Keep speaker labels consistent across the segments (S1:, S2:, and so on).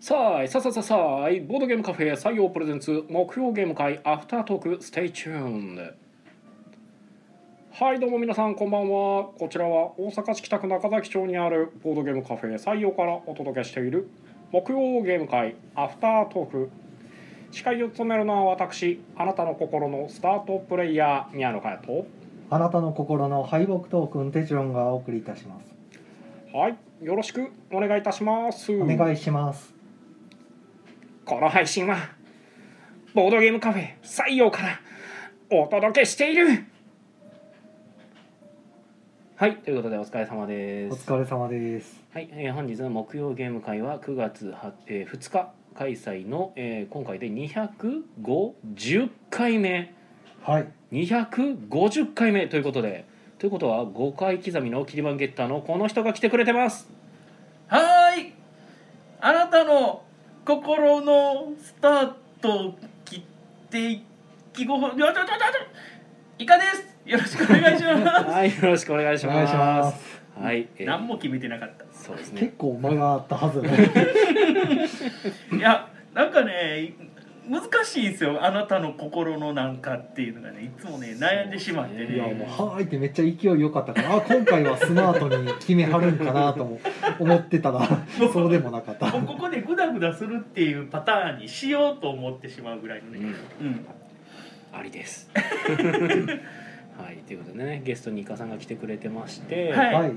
S1: さあ、さあさあさあさあ、ボードゲームカフェ採用プレゼンツ、目標ゲーム会アフタートーク、ステイチューンはい、どうも皆さん、こんばんは。こちらは大阪市北区中崎町にあるボードゲームカフェ採用からお届けしている木曜ゲーム会アフタートーク。司会を務めるのは私、あなたの心のスタートプレイヤー、宮野佳代と。
S2: あなたの心の敗北トークンテチロンがお送りいたします。
S1: はい、よろしくお願いいたします。
S2: お願いします。
S1: この配信はボードゲームカフェ採用からお届けしているはいということでお疲れ様で
S2: お
S1: す
S2: 疲れ様です。
S1: はい、えー本日の木曜ゲーム会は9月は、えー2日開催の、えー今回で250回目
S2: はい。
S1: 250回目ということでということは5回刻みのキリマンゲッターのこの人が来てくれてます
S3: はーいあなたの心のスタートを切っていきごほちょちょちょちょちょイカですよろしくお願いしま
S1: はいよろしくお願いし
S2: お
S1: ます
S2: 願いします。
S1: はい、え
S3: す
S1: ー
S3: 何も決めてなかった
S1: そうですね
S2: 結構間があったはず。はい
S3: やなんかね難しいんですよあなたの心のなんかっていうのがねいつもね悩んでしまって
S1: そう
S2: い、いや
S1: ね
S2: もうはーいってめっちゃ勢い良かったから、あ今回はスマートに決めはるんかなとも思ってたら、そうでもなか った。
S3: もうここでグダグダするっていうパターンにしようと思ってしまうぐらいの
S1: う
S3: ね
S1: ん
S3: うん
S1: ありです。 はい、ということでねゲストにイカさんが来てくれてまして、
S3: はい
S2: はい。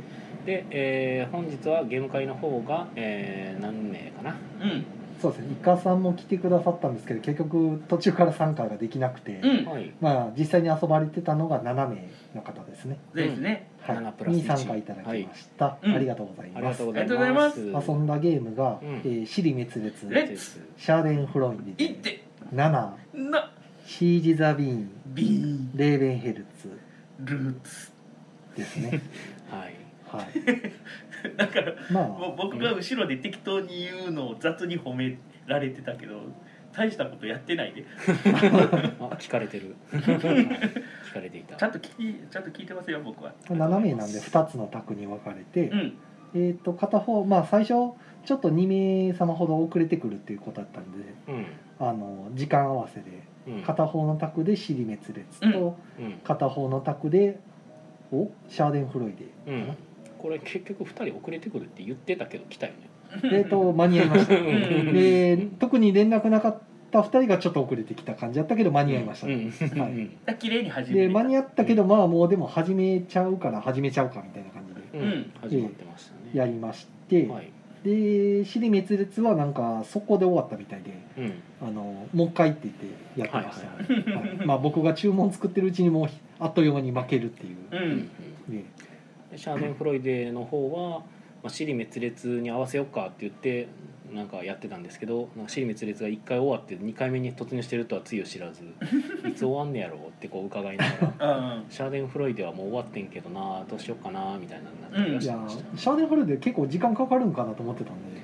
S1: で、えー本日はゲーム会の方が、えー何名かな
S3: うん
S2: そうですね。イカさんも来てくださったんですけど、結局途中から参加ができなくて、
S3: うん
S1: はい
S2: まあ実際に遊ばれてたのが7名の方ですね。
S3: ですね
S2: はい
S1: 7プ。ラス
S2: に
S1: 1
S2: 参加いただきました。
S3: いうん
S2: ありがとうござい
S1: ありが
S2: ま
S1: と
S2: す
S1: う。ございます。
S2: 遊んだゲームが「
S1: う
S2: え
S1: ん
S2: ーシリ滅裂」
S3: レッ
S1: です
S2: シャーデンフロイン
S3: い
S2: デ
S3: っ
S2: ィ
S3: て
S2: 7
S3: な
S2: シージ・ザ・ビーン
S3: ビー
S2: レーベンヘルツ
S3: ルーツ
S2: です ね
S1: はい。
S2: はい
S3: だから
S2: ま
S3: ぼ
S2: あ
S3: 僕が後ろで適当に言うのを雑に褒められてたけど大したことやってないで
S1: あ聞かれてる。聞かれていた。
S3: ちゃんと聞きちゃんと聞いてますよ僕は
S2: 7名なんで2つの卓に分かれて、
S3: うん
S2: えー、と片方まあ最初ちょっと2名様ほど遅れてくるっていうことだったんで
S1: うん。
S2: あの時間合わせで
S1: うん。
S2: 片方の卓で「シリ滅裂」と
S1: うん。
S2: 片方の卓で「おシャーデンフロイデ」
S1: うん。これ結局二人遅れてくるって言ってたけど来たよね。
S2: えー、と間に合いました
S3: うん
S2: で特に連絡なかった2人がちょっと遅れてきた感じだったけど間に合いました、
S1: うんうん
S2: はい
S1: うん
S3: 綺麗に始
S2: で
S3: めれ
S2: 間
S3: た
S2: に合ったけどまあもうでも始めちゃうから始めちゃうかみたいな感じで
S1: う
S3: うんん。
S1: 始まってましたね。
S2: やりまして、
S1: はい。
S2: で尻滅裂はなんかそこで終わったみたいで
S1: うん。
S2: あのもう一回って言ってやってました、
S1: は
S2: はいまあ、僕が注文作ってるうちにもうあっという間に負けるっていう
S3: う、
S1: うん
S3: ん
S1: うん
S2: で
S1: でシャーデンフロイデの方は「まあ、尻滅裂に合わせよっか」って言ってなんかやってたんですけどなんか尻滅裂が1回終わって2回目に突入してるとはつゆ知らずいつ終わんねやろうってこう伺いながら
S3: うん
S1: シャーデンフロイデはもう終わってんけどなどうしよっかなみたいなのになって
S3: う
S1: ら
S3: ん
S1: っ
S2: い
S1: しゃいまし
S2: や
S1: た、
S2: シャーデンフルで結構時間かかるんかなと思ってたんで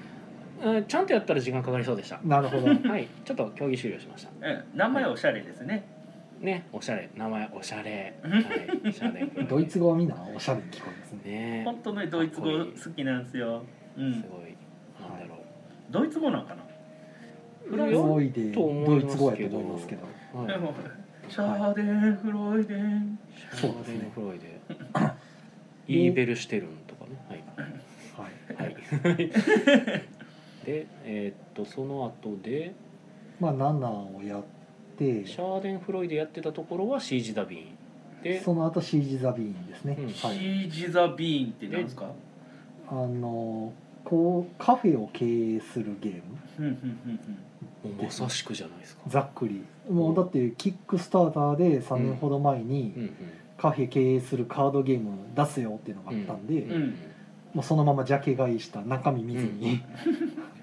S1: うんちゃんとやったら時間かかりそうでした
S2: なるほど
S1: はいちょっと競技終了しました
S3: うん名前おしゃれですね
S1: ねおしゃれ名前おしゃれ、
S3: うん
S1: はい、シャーデンフロイデ
S2: ドイツ語はみんなおしゃれに聞こえますね
S1: ね
S3: 本当のドイツ語好きなんですよう
S1: すご
S3: ん
S1: いなんだろ
S3: ドイツ語なんかな
S1: う、
S2: フランス語でドイツ語やと思いますけど
S1: はい
S3: でもシャーデンフロイデン
S2: そうですね
S1: フロイデイーベルシュテルンとかね
S2: はい
S1: はい、はい、でえーっとその後で
S2: まあ7をやって
S1: シャーデンフロイデやってたところはシージ・ダビーンで
S2: その後シージ・ザ・ビーンですね、
S1: うん
S3: シ
S2: はい、
S3: ージ・ザ・ビーンってなんですか
S2: あのこうカフェを経営するゲーム
S3: うんうんうん
S1: もうまさしくじゃないですか、
S2: ざっくりもうだってキックスターターで3年ほど前
S1: うん
S2: に
S1: うん
S2: カフェ経営するカードゲーム出すよっていうのがあったんで、
S1: うん
S3: うん
S2: もうそのままジャケ買いした中身見ずに、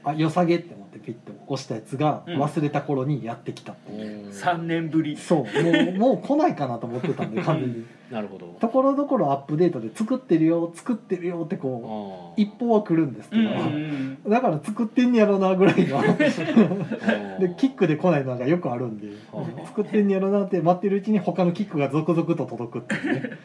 S2: あ良さげって思ってピッと押したやつが
S3: うん
S2: 忘れた頃にやってきたってい
S1: お
S2: う、
S3: うん
S1: ー
S3: 3年ぶり
S2: そうもうもう来ないかなと思ってたんで完全に。
S1: なるほど
S2: ところどころアップデートで作ってるよ作ってるよってこ
S1: あ
S2: う一方は来るんですけ
S3: う
S2: ど、
S3: んうん
S2: だから作ってんやろなぐらい のでキッ
S1: ク
S2: クで来ないのがよくあるんで
S1: あー
S2: 作ってんやろなって待ってるうちに他のキックが続々と届くっていうね、え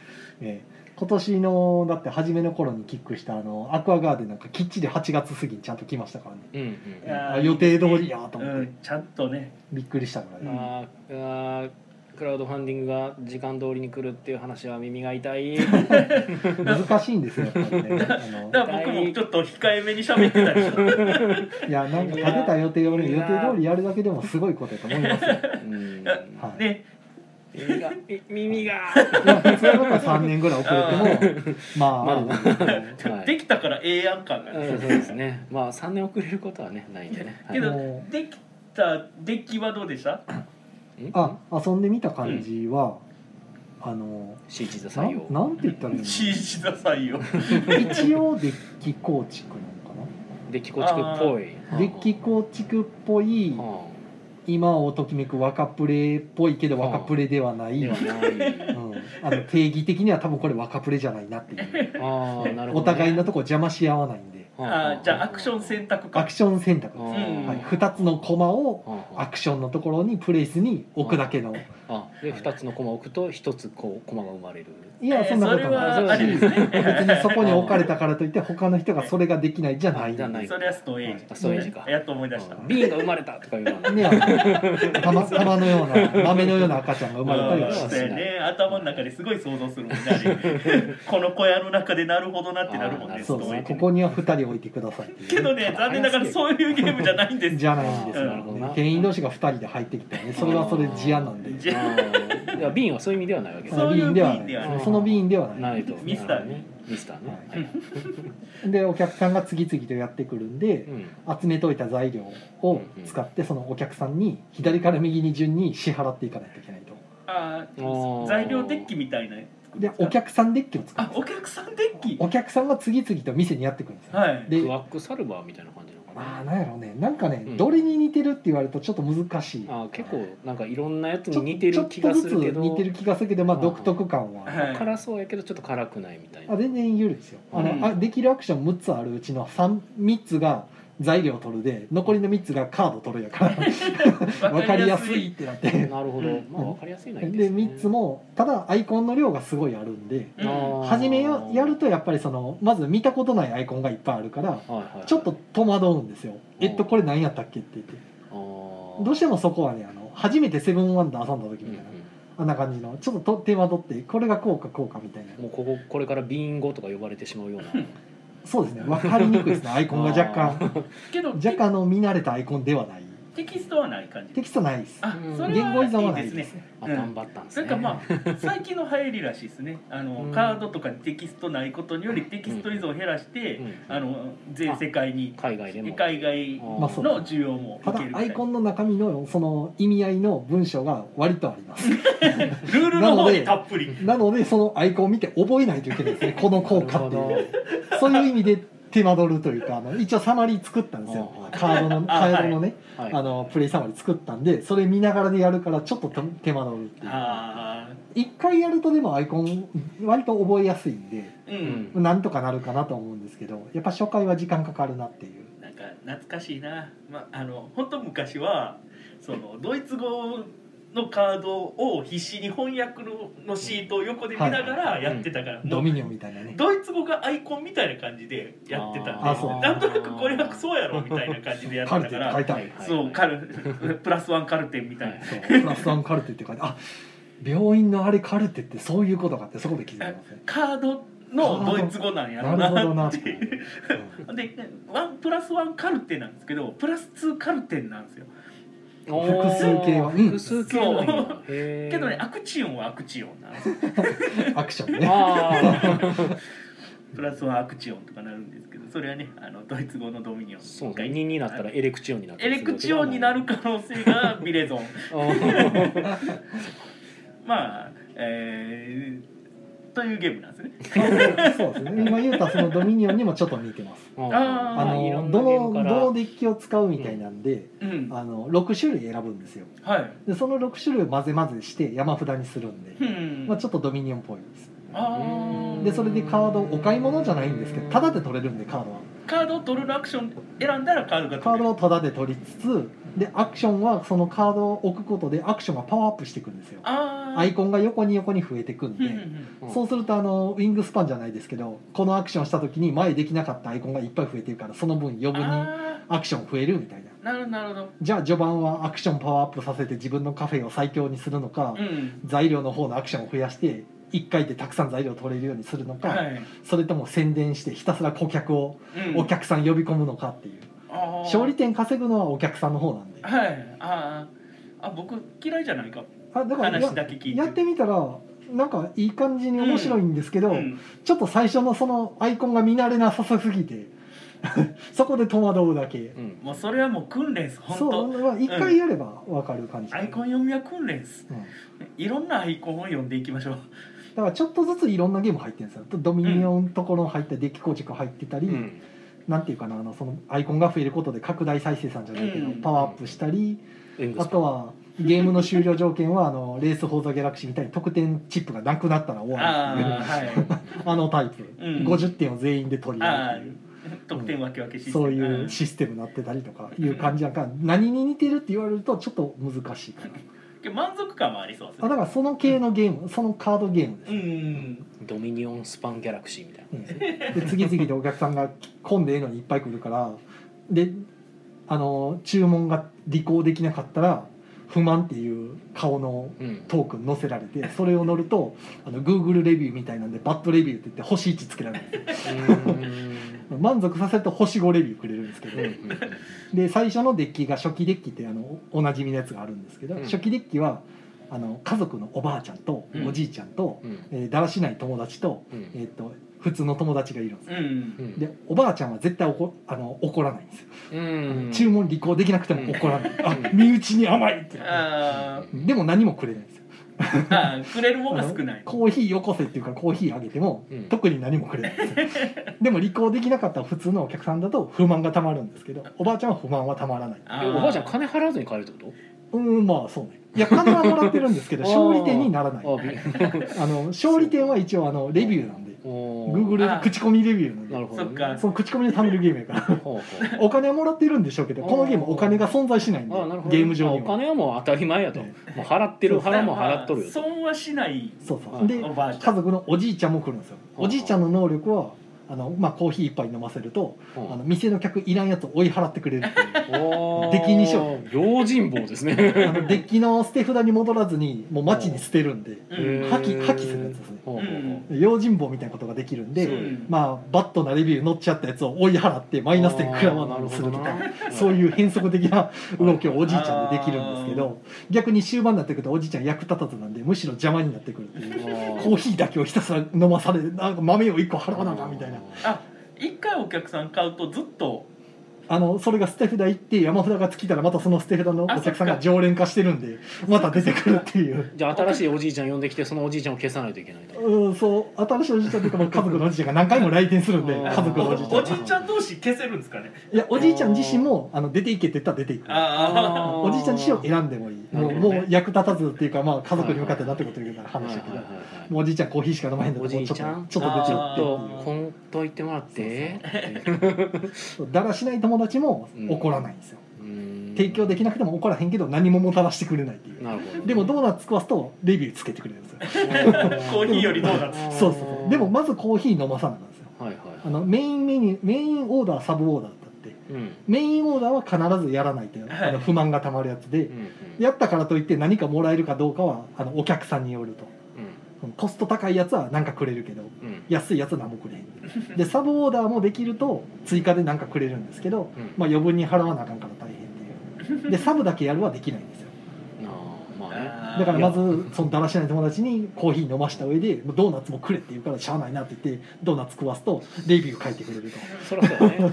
S2: え今年のだって初めの頃にキックしたあのアクアガーデンなんかきっちり8月過ぎにちゃんと来ましたからね
S1: うん
S3: いやー
S2: あ予定通りやと思って、
S3: うん、ちゃんとね
S2: びっくりしたから
S1: うん
S2: ね、
S1: あーあークラウドファンディングが時間通りに来るっていう話は耳が痛 い
S2: 難しいんですよやっぱりねあ
S3: だから僕もちょっと控えめに喋ってたりしたい
S2: のいやなんか立てた予定より予定通りやるだけでもすごいことやと思いますよ
S1: うん
S2: はい
S3: ね
S1: 耳がみ耳が
S2: まあ普通だったら3年ぐらい遅れても まあ、
S1: まあ
S2: あるん だけど
S1: はい
S3: できたからええやん感が、
S1: うんそうですねまあ3年遅れることはねないんでね、はい
S3: けど
S2: も
S3: できた出来はどうでした
S1: ん
S2: あ遊んでみた感じは、あの
S1: C1 座採
S2: な
S1: 用
S2: なんて言ったらいい
S3: 信じなさいよ
S2: の一応デッキ構築なのか
S1: デッキ構築っぽい
S2: なデッキ構築っぽい
S1: は
S2: 今をときめく若プレイっぽいけど
S1: ああ
S2: 若プレではな
S1: あ
S2: い、
S1: で
S2: うん、
S1: はない
S2: あの定義的には多分これ若プレじゃない なっていう
S1: ああなるほど、ね、
S2: お互いのとこ邪魔し合わないんで
S1: はは
S3: あーじゃあアクション選択
S2: ア
S3: か
S2: クション選択
S1: あ
S2: です、
S1: ー
S2: はい、2つのコマ
S1: は
S2: を
S1: あはあ
S2: アクションのところにプレイスに置くだけの
S1: あで2つの駒を置くと1つこう駒が生まれる
S2: いや
S3: えー
S2: そんなこと
S1: それは
S2: な
S1: あ
S2: い
S1: り
S2: し
S1: です
S2: 別
S3: ね
S2: にそこに置かれたからといって他の人がそれができないじゃない
S1: じゃない
S3: それはストーンエイジ
S1: あストーンエイジか
S3: やっと思い出した、
S1: うんビーンが生まれたとかいう のは
S2: ねえ玉玉のような豆のような赤ちゃんが生まれたりは
S1: う
S2: し
S1: ん
S2: て
S3: そうやね頭の中ですごい想像するもんねあれこの小屋の中でなるほどなってなるもん
S1: あー
S3: ね
S2: そうです
S3: スト
S2: ね
S3: ーンエイジ
S2: ここには2人置いてくださいっていう
S3: けどね残念ながらそういうゲームじゃないんです
S2: じゃないんです
S3: あーなる
S2: よ
S1: ほどな
S2: 店員同士が2人で入ってきてねそれはそれ事案なんで
S3: じゃ
S1: あーいやビーンはそういう意味ではないわけ
S2: そ
S1: です
S3: そ
S2: の
S3: ういう
S2: 便では
S3: 便では
S1: な
S2: ないいその便ではな
S1: ないいと
S3: ミスターね
S1: なるほどミスターね、
S2: は
S1: はい
S2: でお客さんが次々とやってくるんで
S1: うん
S2: 集めといた材料を使ってそのお客さんに左から右に順に支払っていかないといけないと
S3: あ
S1: おー
S3: ー材料デッキみたいなやつ
S2: でお客さんデッキを使うん
S3: あ
S2: です
S3: お客さんデッキ
S2: お客さんが次々と店にやってくるんですよ、
S3: はい
S2: で
S1: クワックサルバーみたいな感じなのかな
S2: ああなんやろうねなんかね、
S1: うん
S2: どれに似てるって言われるとちょっと難しい
S1: あー結構なんかいろんなやつ
S2: ちょ
S1: に似てる気がするけ
S2: ち
S1: ど
S2: ょっとずつ似てる気がするけどまあ
S1: うん
S2: 独特感は、
S3: はい
S1: 辛そうやけどちょっと辛くないみたいな
S2: あ全然緩いですよあの、
S3: うん
S2: あできるアクション6つあるうちの 3, 3つが材料取るで残りの3つがカード取るやから 分かりやすいってなってで
S1: なるほど、
S3: うん
S1: まあ分かりやすいのはいいですね
S2: 3つもただアイコンの量がすごいあるんで
S3: うんは
S2: 初めよやるとやっぱりそのまず見たことないアイコンがいっぱいあるから
S1: と、はいはいはい
S2: ちょっと戸惑うんですよ「えっとこれ何やったっけ?」って言ってどうして
S1: も
S2: もそこはねあの初めて「セブンワンダー遊んだ時みたいな、あんな感じのちょっとと手間取ってこれがこうかこうかみたいな
S1: もうこここれからビンゴとか呼ばれてしまうような
S2: そうですね分かりにくい ですねアイコンが若干
S3: けど
S2: 若干あの見慣れたアイコンではない
S3: テキストはない感じ
S2: テキストないです
S3: あ
S1: うん
S3: それ
S2: 言語依存は
S3: は
S2: ない
S3: い
S2: で
S3: い
S2: すね
S3: ですね
S1: あ
S3: うん
S1: 頑張ったんです
S3: な
S1: ね
S3: んかまあ最近の流行りらしいですねあの、
S1: うん
S3: カードとかテキストないことによりテキスト依存を減らして、
S1: うん
S3: あの全世界に
S1: 海外でも
S3: 海外
S1: あー
S2: まあそう
S3: の需要も
S2: た
S3: 受
S2: だ
S3: けるみ
S2: ア
S3: たい
S2: イ
S3: な
S2: コンの中身のその意味合いの文章が割とあり ます
S3: ルールの方にたっぷり
S2: なのでそのアイコンを見て覚えないといけないです ねこの効
S1: なる
S2: 果っ
S1: ほ
S2: て
S1: ど
S2: いうそういう意味で手間取るというかあの一応サマリー作ったんですよ
S1: ああ
S2: カードのカ
S3: あ
S2: ードのね
S1: はい
S2: あのプレイサマリー作ったんでそれ見ながらでやるからちょっと手手間取るっていう
S3: あ
S2: 一回やるとでもアイコン割と覚えやすいんで
S3: ーうん、
S1: うん
S2: なんとかなるかなと思うんですけどやっぱ初回は時間かかるなっていう
S3: なんか懐かしいな、まあ、あの本当昔はそのドイツ語のカードを必死に翻訳ののシートを横で見ながらやってたから、
S2: ドミニオンみたいなね
S3: ドイツ語がアイコンみたいな感じでやってたんで
S2: あーそう
S3: なんとなくこれはそうやろみたいな感じでやって
S2: カル
S3: た
S2: テ
S3: か
S2: って書
S3: ら
S2: いてあ
S1: はい
S2: る
S1: は
S3: そうカルプラスワンカルテンみたいな、
S1: そう
S2: プラスワンカルテって書いてあ病院のあれカルテってそういうことかってそこで気づきますね
S3: カードのドイツ語なんや
S2: な
S3: ろ
S2: るほど
S3: な
S2: な
S3: っ
S2: って
S3: て
S2: い
S3: いう
S2: う、うん
S3: でワンプラスワンカルテンなんですけどプラスツーカルテンなんですよ
S1: おー
S2: 複数形はうん
S1: 複数形なんや
S3: そう
S1: へー
S3: けどねアクチオンはアクチオンなんですよ
S2: アクションね
S1: あー
S3: プラスワンアクチオンとかなるんですけどそれはねあのドイツ語のドミニオン
S1: そうね2になったらエレクチオンになった
S3: エ
S1: り
S3: レ
S1: する
S3: ク
S1: わけ
S3: チ
S1: で
S3: オ
S1: は
S3: ン
S1: い
S3: になる可能性がビレゾン
S1: あー
S3: まあえー、というゲームなんですね
S2: そうですね今言うたそのドミニオンにもちょっと似てます
S3: あ
S2: あ
S1: まいろ
S2: の
S1: ん
S2: ど
S1: なゲーム
S2: のど
S1: から
S2: のデッキを使うみたいなんで
S3: うんは
S2: あの6種類選ぶんですよ
S3: い
S2: でその6種類を混ぜ混ぜして山札にするんで、
S3: うん
S2: まあ、ちょっとドミニオンっぽいです
S3: あー
S2: でそれでカードお買い物じゃないんですけどタダで取れるんでカードは
S3: カードを取るアクション選んだらカードが
S2: カー
S3: 取れ
S2: ド
S3: る
S2: をタダで取りつつでアクションはそのカードを置くことでアクションがパワーアップしていくんですよ
S3: あ
S2: アイコンが横に横に増えてくん
S3: う
S2: で、
S3: んうんうん
S4: うん
S2: そうするとあのウィングスパンじゃないですけどこのアクションした時に前できなかったアイコンがいっぱい増えてるからその分余分に
S3: あ
S2: アクション増えるみたいな
S3: ーなるほどなるほど
S2: じゃあ序盤はアクションパワーアップさせて自分のカフェを最強にするのか、
S3: うん
S2: 材料の方のアクションを増やして1回でたくさん材料を取れるようにするのか、
S3: はい
S2: それとも宣伝してひたすら顧客を、
S3: うん
S2: お客さん呼び込むのかっていう
S3: あー
S2: 勝利点稼ぐのはお客さんの方なんで
S3: はいあーあ僕嫌いじゃないか
S2: あだから
S3: 話だ
S2: や
S3: け聞いて
S2: やってみたらなんかいい感じに面白いんですけど、
S3: うん
S2: ちょっと最初のそのアイコンが見慣れなさすぎて そこで戸惑うだけ
S4: うん
S3: もうそれはもう訓練です本
S2: そ
S3: 当
S2: うまあ一回やれば分かる感じ、
S3: アイコン読みは訓練です
S2: うん
S3: いろんなアイコンを読んでいきまし ょう
S2: だからちょっとずついろんなゲーム入ってるんですよドミニオンところ入ったりデッキ構築入ってたり、
S4: うん
S2: なんていうかなあのそのアイコンが増えることで拡大再生産じゃないけど、
S3: うん
S2: パワーアップしたり、
S4: エング
S2: あ
S4: スパ
S2: と
S4: ン
S2: はゲームの終了条件はあのレース・フォー・ザ・ギャラクシーみたいに得点チップがなくなったら終わるっていう
S3: ああはい
S2: あのタイプ、
S3: うん
S2: 50点を全員で取り合
S3: あ
S2: うっていう
S3: ー得点分け分けして
S2: そういう
S3: 結
S2: システムになってたりとかいう感じやから何に似てるって言われるとちょっと難しいかな
S3: 構満足感もありそうです
S2: あだからその系のゲームそのカードゲームです、
S3: うん
S4: ドミニオンスパンギャラクシーみたいな
S2: うんで次々でお客さんが混んでええのにいっぱい来るからであの注文が履行できなかったら不満っていう顔の
S4: うん
S2: トークン載せられてそれを乗るとあの Google レビューみたいなんでバッドレビューって言って星1つけられるんです
S4: うん
S2: よ満足させると星5レビューくれるんですけ
S4: うんうん
S2: どで最初のデッキが初期デッキってあのおなじみのやつがあるんですけど、
S4: うん
S2: 初期デッキはあの家族のおばあちゃんと
S4: うん
S2: おじいちゃんと、
S4: うん
S2: えーだらしない友達と,、
S4: うん
S2: えー、と普通の友達がいるんです
S3: う
S2: よ、
S3: ん
S4: うん
S2: でおばあちゃんは絶対怒あの怒らないんですよ、
S4: うん
S2: 注文履行できなくても怒らない、あ身内に甘いって
S3: あー
S2: でも何もくれないんですよ
S3: あーくれるもんが少ない
S2: コーヒーよこせっていうからコーヒーあげても、
S4: うん
S2: 特に何もくれないんですよでも履行できなかった普通のお客さんだと不満がたまるんですけどおばあちゃんは不満はたまらない
S3: あ
S4: え
S3: ー
S4: おばあちゃん金払わずに帰るってこ
S2: うんまあそうねいや金はもらってるんですけど
S4: あー
S2: 勝利点にならない
S4: とあび
S2: あの勝利点は一応あのレビューなんで
S4: おー
S2: Google
S3: あー
S2: 口コミレビューなんで
S4: なるほ
S3: そ
S4: ど
S3: っ
S4: ね
S3: か
S2: その口コミで貯めるゲームやから
S4: ほうほう
S2: お金はもらってるんでしょうけどこのゲームお金が存在しないんで
S4: あなるほど
S2: ゲーム上に
S4: あお
S2: は
S4: 金はもう当たり前やと、
S2: え
S4: もう払ってる
S2: そう
S4: 払も払っとるよと
S3: 損はしない
S2: そう
S4: は
S2: そ
S4: いう
S2: で
S3: おばあちゃ
S2: 家
S3: ん
S2: 族のおじいちゃんも来るんですよ
S4: あー
S2: おじいちゃんの能力はあの、まあ、コーヒー一杯飲ませるとあの店の客いらんやつを追い払ってくれるっていう
S4: おー
S2: 出禁にしよ
S4: 用心棒ですね
S2: あの デッキの捨て札に戻らずにもう街に捨てるんで
S3: うん
S2: 破棄破棄するやつですね
S4: ほうほうほ
S2: 用心棒みたいなことができるんで、
S3: うん
S2: まあバッドなレビュー乗っちゃったやつを追い払ってマイナス点食らわな
S4: あ
S2: い
S4: ー
S2: するとか
S4: なるほどな
S2: そういう変則的な動きをおじいちゃんでできるんですけど逆に終盤になってくるとおじいちゃん役立たずなんでむしろ邪魔になってくるっていうコーヒーだけをひたすら飲まされなんか豆を1個払わなあかんみたいな
S3: あ一回お客さん買うとずっと
S2: あのそれが捨て札行って山札が尽きたらまたその捨て札のお客さんが常連化してるんでまた出てくるっていう。
S4: じゃあ新しいおじいちゃん呼んできてそのおじいちゃんを消さないといけない と
S2: うん、そう新しいおじいちゃんというかまあ家族のおじいちゃんが何回も来店するんで
S4: あー
S2: 家族のおじいちゃん
S3: おじいちゃん同士消せるんですかね
S2: いやおじいちゃん自身もあの出ていけって言ったら出ていく
S3: あ
S2: おじいちゃん自身を選んでもいい
S4: なるほ
S2: もう
S4: どね
S2: もう役立たずっていうか、まあ、家族に向かってなってこと言うから
S4: はいは
S2: 話
S4: いは
S2: だけど、
S4: いはい
S2: もうおじいちゃんコーヒーしか飲まへんの
S4: お
S2: で
S4: じ
S2: もう
S4: い
S2: ちょっ
S4: ち
S2: と
S4: ゃん
S2: ちょっと出ちゃって
S4: ち
S2: っ
S4: ょっと
S2: て
S4: こんといてもらって
S2: いうだらしない友達も怒らないんですよ、提供で
S4: き
S2: きなくても怒らへんけど何ももたらしてくれないっていう
S4: なるほど
S2: でもドーナツ食わすとレビューつけてくれるんですよ
S3: あコーヒーよりドーナツ
S2: そうそうそうでもまずコーヒー飲まさなあかんですよ
S4: はいはい
S2: あのメインメニューメインオーダーサブオーダーだって
S4: うん
S2: メインオーダーは必ずやらないというあの不満がたまるやつ
S4: う
S2: で、
S4: ん
S2: やったからといって何かもらえるかどうかはあのお客さんによるとコスト高いやつは何かくれるけど
S4: うんうん
S2: 安いやつは何もくれへんでサブオーダーもできると追加で何かくれるんですけど、
S4: うん
S2: まあ、余分に払わなあかんから大変っていうでサブだけやるはできないんですよ
S4: あーまあね
S3: あ
S2: だからま
S3: ま
S2: ずそのだらしない友達にコーヒー飲ました上でもうドーナツもくれって言うからしゃあないなって言ってドーナツ食わすとレビュー書いてくれると
S4: そりゃそうやねあの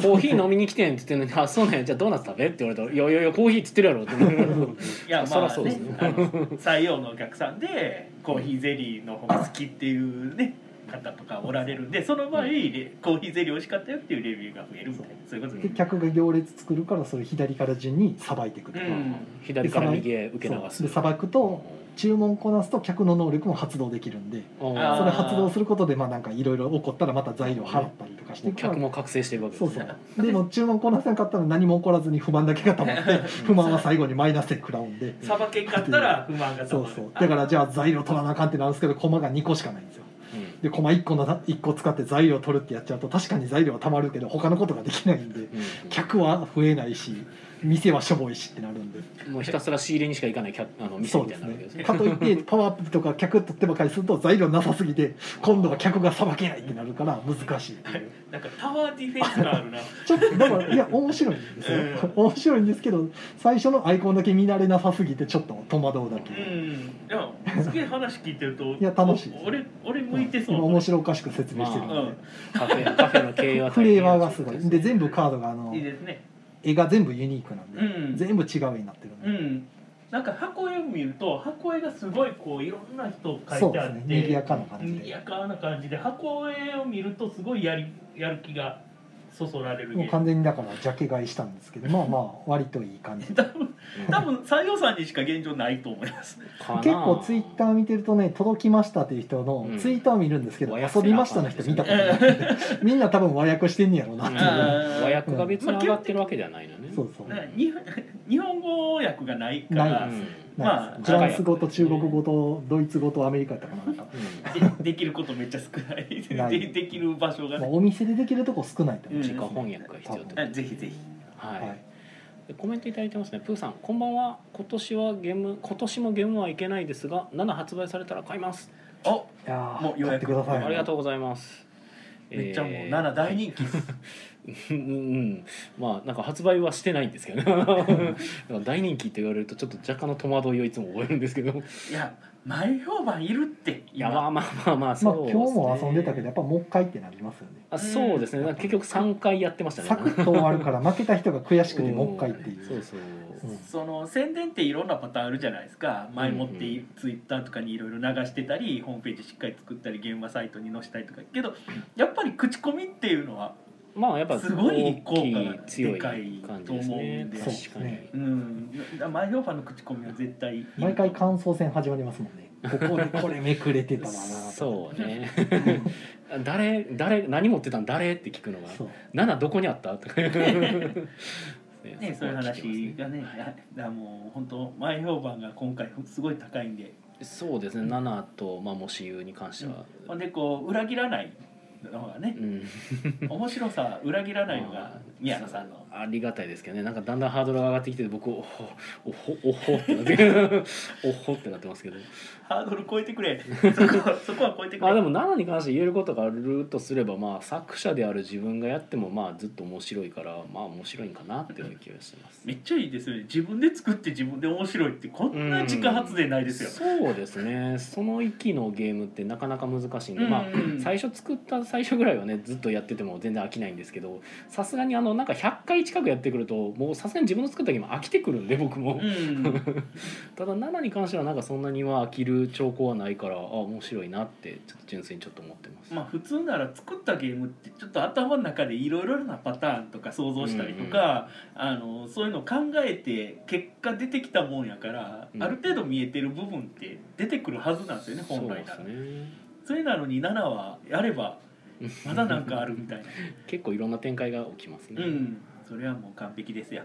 S4: コーヒー飲みに来てんって言ってんのに「あそうなんやじゃあドーナツ食べ?」って言われたら「いやいやいやコーヒーっつってるや ろ」って
S3: いや
S4: そ
S3: ま
S4: ら
S3: あ
S4: そうです
S3: ね
S4: ね
S3: あの採用のお客さんでコーヒーゼリーの方が好きっていうね方とかおられるんでその場合レコーヒーゼリー美味しかったよっていうレビューが増えるみたいなそういうこと
S2: で
S3: ですね
S2: 客が行列作るからそれ左から順にさばいてくる、
S3: うん
S4: 左から右へ受け流す
S2: でさばくと注文こなすと客の能力も発動できるんで
S4: うん
S3: あー
S2: それ発動することでまあなんかいろいろ起こったらまた材料払ったりとかしていく
S1: 客も覚醒していくわけ
S2: そ
S1: で
S2: う
S1: す
S2: そ
S1: ね
S2: うでも注文こなせんかったら何も起こらずに不満だけが溜まって不満は最後にマイナスで食らうんで
S3: さばけんかったら不満がた
S2: そ
S3: ま
S2: う
S3: る
S2: そうだからじゃあ材料取らなあかんってなるんですけど駒が2個しかないんですよ
S1: うん
S2: で駒1個の1個使って材料取るってやっちゃうと確かに材料は溜まるけど他のことができないんで
S1: うん
S2: 客は増えないし店はしょぼいしってなるんで
S1: もうひたすら仕入れにしか行かない客あの店
S2: そ
S1: み
S2: う
S1: た
S2: で
S1: い
S2: す
S1: になるわけです
S2: ね
S1: ね
S2: かといってパワーアップとか客取ってばかりすると材料なさすぎて今度は客がさばけないってなるから難しいっていう
S3: なんかタワーディフェンスがあるな
S2: ちょっとだからいや面白いんですよ
S3: うん
S2: 面白いんですけど最初のアイコンだけ見慣れなさすぎてちょっと戸惑うだ
S3: う
S2: け、
S3: んいやすげえ話聞いてると
S2: いや楽しいです
S3: お俺俺向いてそう
S2: 今面白おかしく説明してるんで、
S1: ま
S3: うん
S1: カフェカフェの経営は
S2: フ
S1: 大変
S2: レ
S1: や
S2: ーバーがすごいで全部カードがあの
S3: いいですね
S2: 絵が全部ユニークなんで、
S3: うん
S2: 全部違う絵になってるんで、
S3: うんなんか箱絵を見ると箱絵がすごいこういろんな人
S2: そ
S3: 書いうて
S2: で
S3: あ
S2: す
S3: って
S2: ね賑やかな感じ
S3: 賑
S2: で
S3: やかな感じで箱絵を見るとすごいやりやる気がそそられる
S2: もう
S3: ね
S2: 完全にだからジャケ買いしたんですけどまあまあ割といい感じ
S3: 多分多分採用さんにしか現状ないと思い ます
S2: 結構ツイッタ
S1: ー
S2: ー見てるとね届きましたっていう人の
S1: うん
S2: ツイートを見るんですけど、
S1: 和訳
S2: 遊びましたの人見たことないんでみんな多分和訳してんねやろうなっていう、
S3: あー
S1: 和訳が別に上がってるわけではないのね
S2: そうそう、
S3: ね日本日本語訳がないか
S2: な
S3: ら
S2: い
S1: うん
S2: ま
S3: まあ
S2: あ、フランス語と中国語とドイツ語とアメリカとかなんか、
S1: う
S3: でできることめっちゃ少ない
S2: ない
S3: でできる場所が、
S2: まあ、
S3: ね、
S2: お店でできるとこ少ないと思
S1: ん
S2: う、
S1: 自家翻訳が必要ってこと
S3: あ
S1: で
S3: ぜひぜひ
S1: は
S2: はい
S1: いでコメントいただいてますねプーさんこんばんは今年はゲーム今年もゲームはいけないですが7発売されたら買います
S3: お
S2: いやー
S3: もう予約
S2: 買ってください
S1: ありがと
S2: う
S1: うございます
S3: めっちゃもう
S1: えー
S3: 7大人気っす、
S1: うんうんまあなんか発売はしてないんですけど ねなんか大人気って言われるとちょっと若干の戸惑いをいつも覚えるんですけど
S3: いや前評判いるって
S1: いやまあ
S3: 今
S1: まあまあまあ
S2: ま
S1: そ
S2: あ
S1: う
S2: 今
S1: で
S2: 日
S1: すね
S2: も遊んでたけどやっぱもう一回ってなりますよね
S1: あそうですねなんか結局3回やってましたね
S2: サクッと終わるから負けた人が悔しくてもう一回ってい
S1: そう
S2: う
S1: そう
S2: うん
S3: その宣伝っていろんなパターンあるじゃないですか前もって
S1: うんう
S3: ツイッターとかにいろいろ流してたりホームページしっかり作ったり現場サイトに載せたりとかけどやっぱり口コミっていうのは
S1: まあやっぱ
S3: すごい効果が
S1: 大きい強い
S3: でかい
S1: 感じですね
S3: と思うんで
S1: 確かに
S3: うん前評判の口コミは絶対いい
S2: 毎回感想戦始まりますも んねここでこれめくれてたわな
S1: そうね誰誰何持ってたん誰って聞くのが
S2: そう
S1: 「7どこにあった?」とか
S3: ね、
S1: こ
S3: そう
S1: は聞
S3: いう
S1: き
S3: 話
S1: ま
S3: がね、いやだからもう本当前評判が今回すごい高いんで、
S1: すねそうですね7と、まあ、もし言うに関しては、
S3: ほんでこう裏切らないのがね
S1: う、ん、
S3: 面白さ裏切らないの
S1: まあ
S3: が宮野さんの。
S1: ありがたいですけどねなんかだんだんハードルが上がってきて僕おほおほおほってなって おほってなってますけど
S3: ハードル超えて くれ。そこはそこは超えてく
S1: まあ
S3: れ。
S1: でも7に関して言えることがあるとすれば、まあ、作者である自分がやってもまあずっと面白いからまあ面白いんかなっていう気がしてます。
S3: めっちゃいいですよね。自分で作って自分で面白いってこんな自家発電ないですよ。
S1: そうですねその域のゲームってなかなか難しいんで、まあ
S3: うんうん
S1: 最初作った最初ぐらいはねずっとやってても全然飽きないんですけどさすがにあのなんか100回近くやってくるともうさすがに自分の作ったゲーム飽きてくるんで僕も
S3: う、ん。
S1: ただ7に関してはなんかそんなには飽きる兆候はないからあ面白いなってちょっと純粋にちょっと思ってます。
S3: まあ普通なら作ったゲームってちょっと頭の中でいろいろなパターンとか想像したりとか、あのそういうのを考えて結果出てきたもんやから、
S1: うん
S3: ある程度見えてる部分って出てくるはずなんですよね本来なら
S1: そうですね
S3: それなのに7はやればまだなんかあるみた いな
S1: 結構いろんな展開が起きます
S3: う
S1: ね。
S3: んそれはもう完璧ですや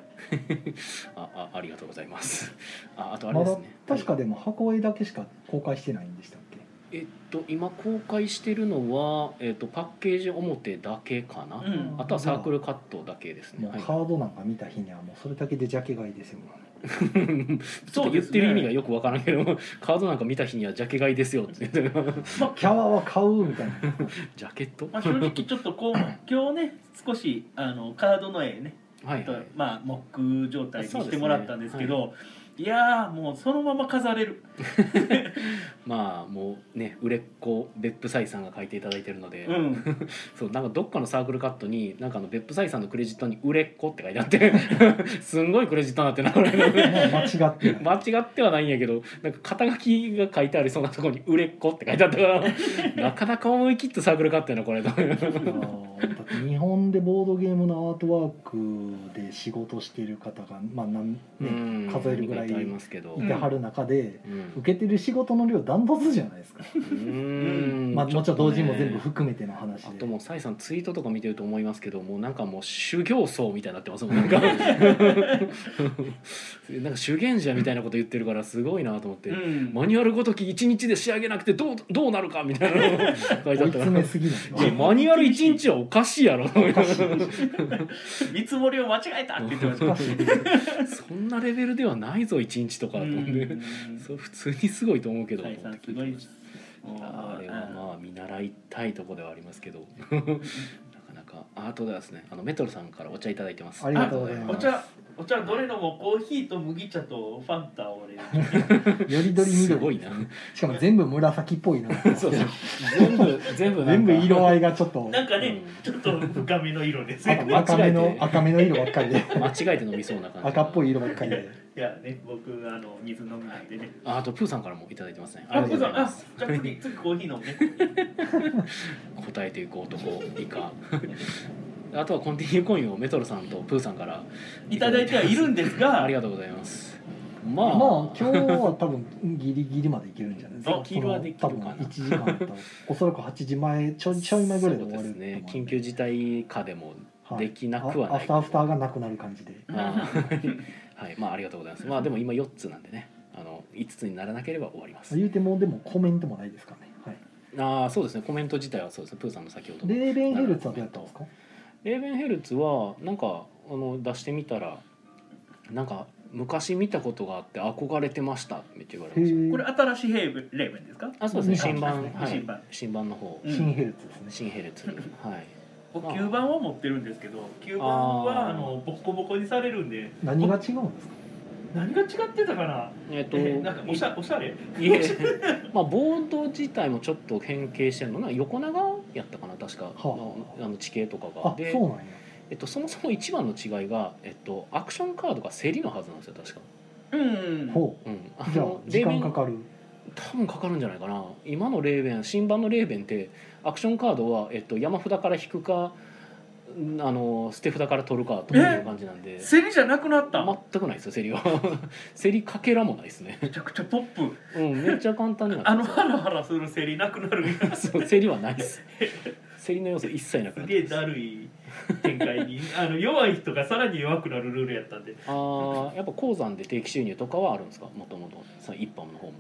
S1: ああありがとうございます。ああとあれ
S2: ま
S1: です
S2: だ
S1: ね。
S2: 確かでも箱絵だけしか公開してないんでしたっけ
S1: えっと今公開してるのはえっとパッケージ表だけかな。
S3: うん
S1: あとはサークルカットだけですね。
S2: もう
S1: はい、
S2: カードなんか見た日にはもうそれだけでジャケ買い ですよ、
S1: ちょっと言ってる意味がよくわからんけど、 カードなんか見た日にはジャケ買いですよって 言って
S2: キャワは買うみたいな
S1: ジャケット。
S3: まあ、正直ちょっと こう今日ね少しあのカードの絵ね
S1: はい
S3: と
S1: はい。
S3: まあモック状態にしてもらったんですけどいやーもうそのまま飾れる、
S1: まあもうね売れっ子別府斎さんが書いていただいてるので、
S3: うん、
S1: そうなんかどっかのサークルカットになんかあの別府斎さんのクレジットに売れっ子って書いてあって すんごいクレジットになってなこれ。
S2: もう間違って ない
S1: 間違ってはないんやけどなんか肩書きが書いてありそうなところに「売れっ子」って書いてあったから なかなか思い切ってサークル買ったよなこれと
S2: いやーだって日本でボードゲームのアートワークで仕事してる方が、まあなん
S1: うん
S2: ね、数えるぐらら
S1: いてあり
S2: い
S1: ますけど
S2: いてはる中で、
S1: うんう
S2: 受けてる仕事の量ダントツじゃないですか、
S1: ーん
S2: まあ、もちろん同人も全
S1: ちょっとね
S2: 部含めての話
S1: あ
S2: で
S1: ともうサイさんツイートとか見てると思いますけどもうなんかもう修行僧みたいになってますもんなん かなんか修験者みたいなこと言ってるからすごいなと思って、
S3: うん
S1: マニュアルごとき1日で仕上げなくてどうどうなるかみたいなの書
S2: 追
S1: いてあ
S2: い
S1: ったか
S2: 詰
S1: ら
S2: め
S1: い
S2: すぎない
S1: やマニュアル1日はおかしいや ろ
S3: 見積もりを間違えたって言っ てました
S1: そんなレベルではないぞ1日とかと
S3: う
S1: 思って、
S3: ん
S1: そう普通にすごいと思うけど
S3: 解散すごいし
S1: いやーあれはまあ見習いたいとこではありますけどなかなかアートではですねあのメトロさんからお茶いただいてます
S2: ありがとうございます
S3: お茶お茶どれのもコーヒーと麦茶とファンタ を俺
S2: よりどり
S1: すご
S2: 緑
S1: いな
S2: しかも全部紫っぽいな
S1: そうそう全部全部なん
S2: 全
S1: か
S2: 部色合いがちょっと
S3: なんかね、ちょっと深めの色ですね
S2: 赤めの赤めの色ばっかりで
S1: 間違えて飲みそうな感じ
S2: 赤っぽい色ばっかりで
S3: いやね僕あの水飲むなんでね
S1: ああとプーさんからもいただいてますねあ
S3: あ
S1: りがと
S3: そうう
S1: ござ
S3: そう
S1: いま
S3: あ
S1: す
S3: じゃあ次次コーヒー飲むね
S1: 答えていく男以下あとはコンティニューコインをメトロさんとプーさんから
S3: いただいてはいるんです
S1: あ
S3: が
S1: りがとうございますまあ
S2: まあ今日は多分ギリギリまでいけるんじゃないですか
S1: できるはできるかな
S2: その多分1時間とおそらく8時前ちょいちょい前ぐらいで終わる
S1: そう
S2: と
S1: です
S2: 思うん
S1: ね
S2: で
S1: 緊急事態下でもできなくは
S2: あ
S1: ない
S2: アフターアフターがなくなる感じで
S1: あーはい、まあありがとうございます。まあでも今4つなんでね、あの5つにならなければ終わります。
S2: 言うてもでもコメントもないですからね、はい、
S1: ああそうですね、コメント自体はそうですね、プーさんの先ほどの。
S2: レーベンヘルツはどうやったんですか
S1: レーベンヘルツはなんかあの出してみたら、なんか昔見たことがあって憧れてましたって言われました。
S3: これ新しいヘイブレーブンですか
S1: あそうですね、
S2: う
S1: 新
S2: ん
S1: 版、は
S3: 新
S1: い
S3: 版、
S1: 新版の方、
S3: うん
S2: 新ヘルツですね
S1: 新ヘルツ、はい。
S3: 僕吸盤を持ってるんですけど吸盤はあのボッコボコにされるんで
S2: 何が違うんですか
S3: 何が違ってたかな
S1: えっ、
S3: え
S1: と、
S3: なんかおしゃおしゃれ
S1: いえ、 まあボード自体もちょっと変形してるのな横長やったかな確か、
S2: は
S1: あの地形とかが
S2: あ
S1: で
S2: そうなんや
S1: えっと、そもそも一番の違いが、えっと、アクションカードが競りのはずなんですよ確か、
S3: うん
S2: ほう
S1: うん、あ
S2: じゃあ
S1: の
S2: 時
S1: レーベ
S2: 間
S1: ン
S2: かかる
S1: 多分かかるんじゃないかな今のレーベン新版のレーベンってアクションカードは、えっと、山札から引くかんあの捨て札から取るかとかいう感じなんで
S3: セリじゃなくなっため
S1: 全くないですよ競りは 競りかけらもないですね、
S3: ちゃくちゃポップ
S1: うん、めっちゃ簡単にな
S3: あ
S1: っ
S3: の
S1: て
S3: ハラハラするセリなくな る
S1: ますそう競りはないです競りの要素一切なくな
S3: す
S1: っ
S3: げ
S1: て
S3: え
S1: ます
S3: だるい展開にあの弱い人がさらに弱くなるルールやったんで
S1: あーやっぱ鉱山で定期収入とかはあるんですかもともとさ一般の方も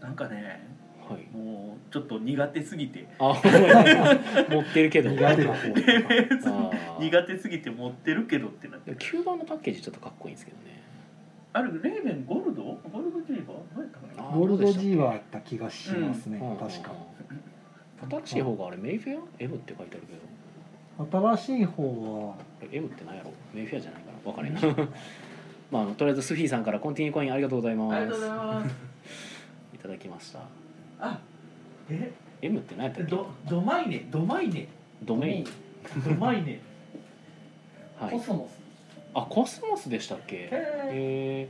S3: なんかね
S1: はい
S3: もうちょっと苦手す ぎて
S1: あ 持ってるけど
S2: 苦手な方とか
S1: あー
S3: 苦手すぎて持ってるけどってなって
S1: でも吸盤のパッケージちょっとかっこいいんですけどね
S3: あれレーベンゴールドゴールドジーバー何やったかな
S1: あ
S2: ゴールド G はあった気がしますね、
S1: うん
S2: 確か、
S1: 新しい方があれメイフェア ?M って書いてあるけど
S2: 新しい方は
S1: あれ M って何やろメイフェアじゃないかな分かれへ んなまああのとりあえずスフィーさんからコンティニューコインありがとうございます
S3: ありがとうございます
S1: いただきました
S3: あえ
S1: M って何やったっけ
S3: どドマイネドマイネ
S1: ドメイン
S3: ドマイネ
S1: はい
S3: コスモス
S1: あコスモスでしたっけ
S3: へ
S1: え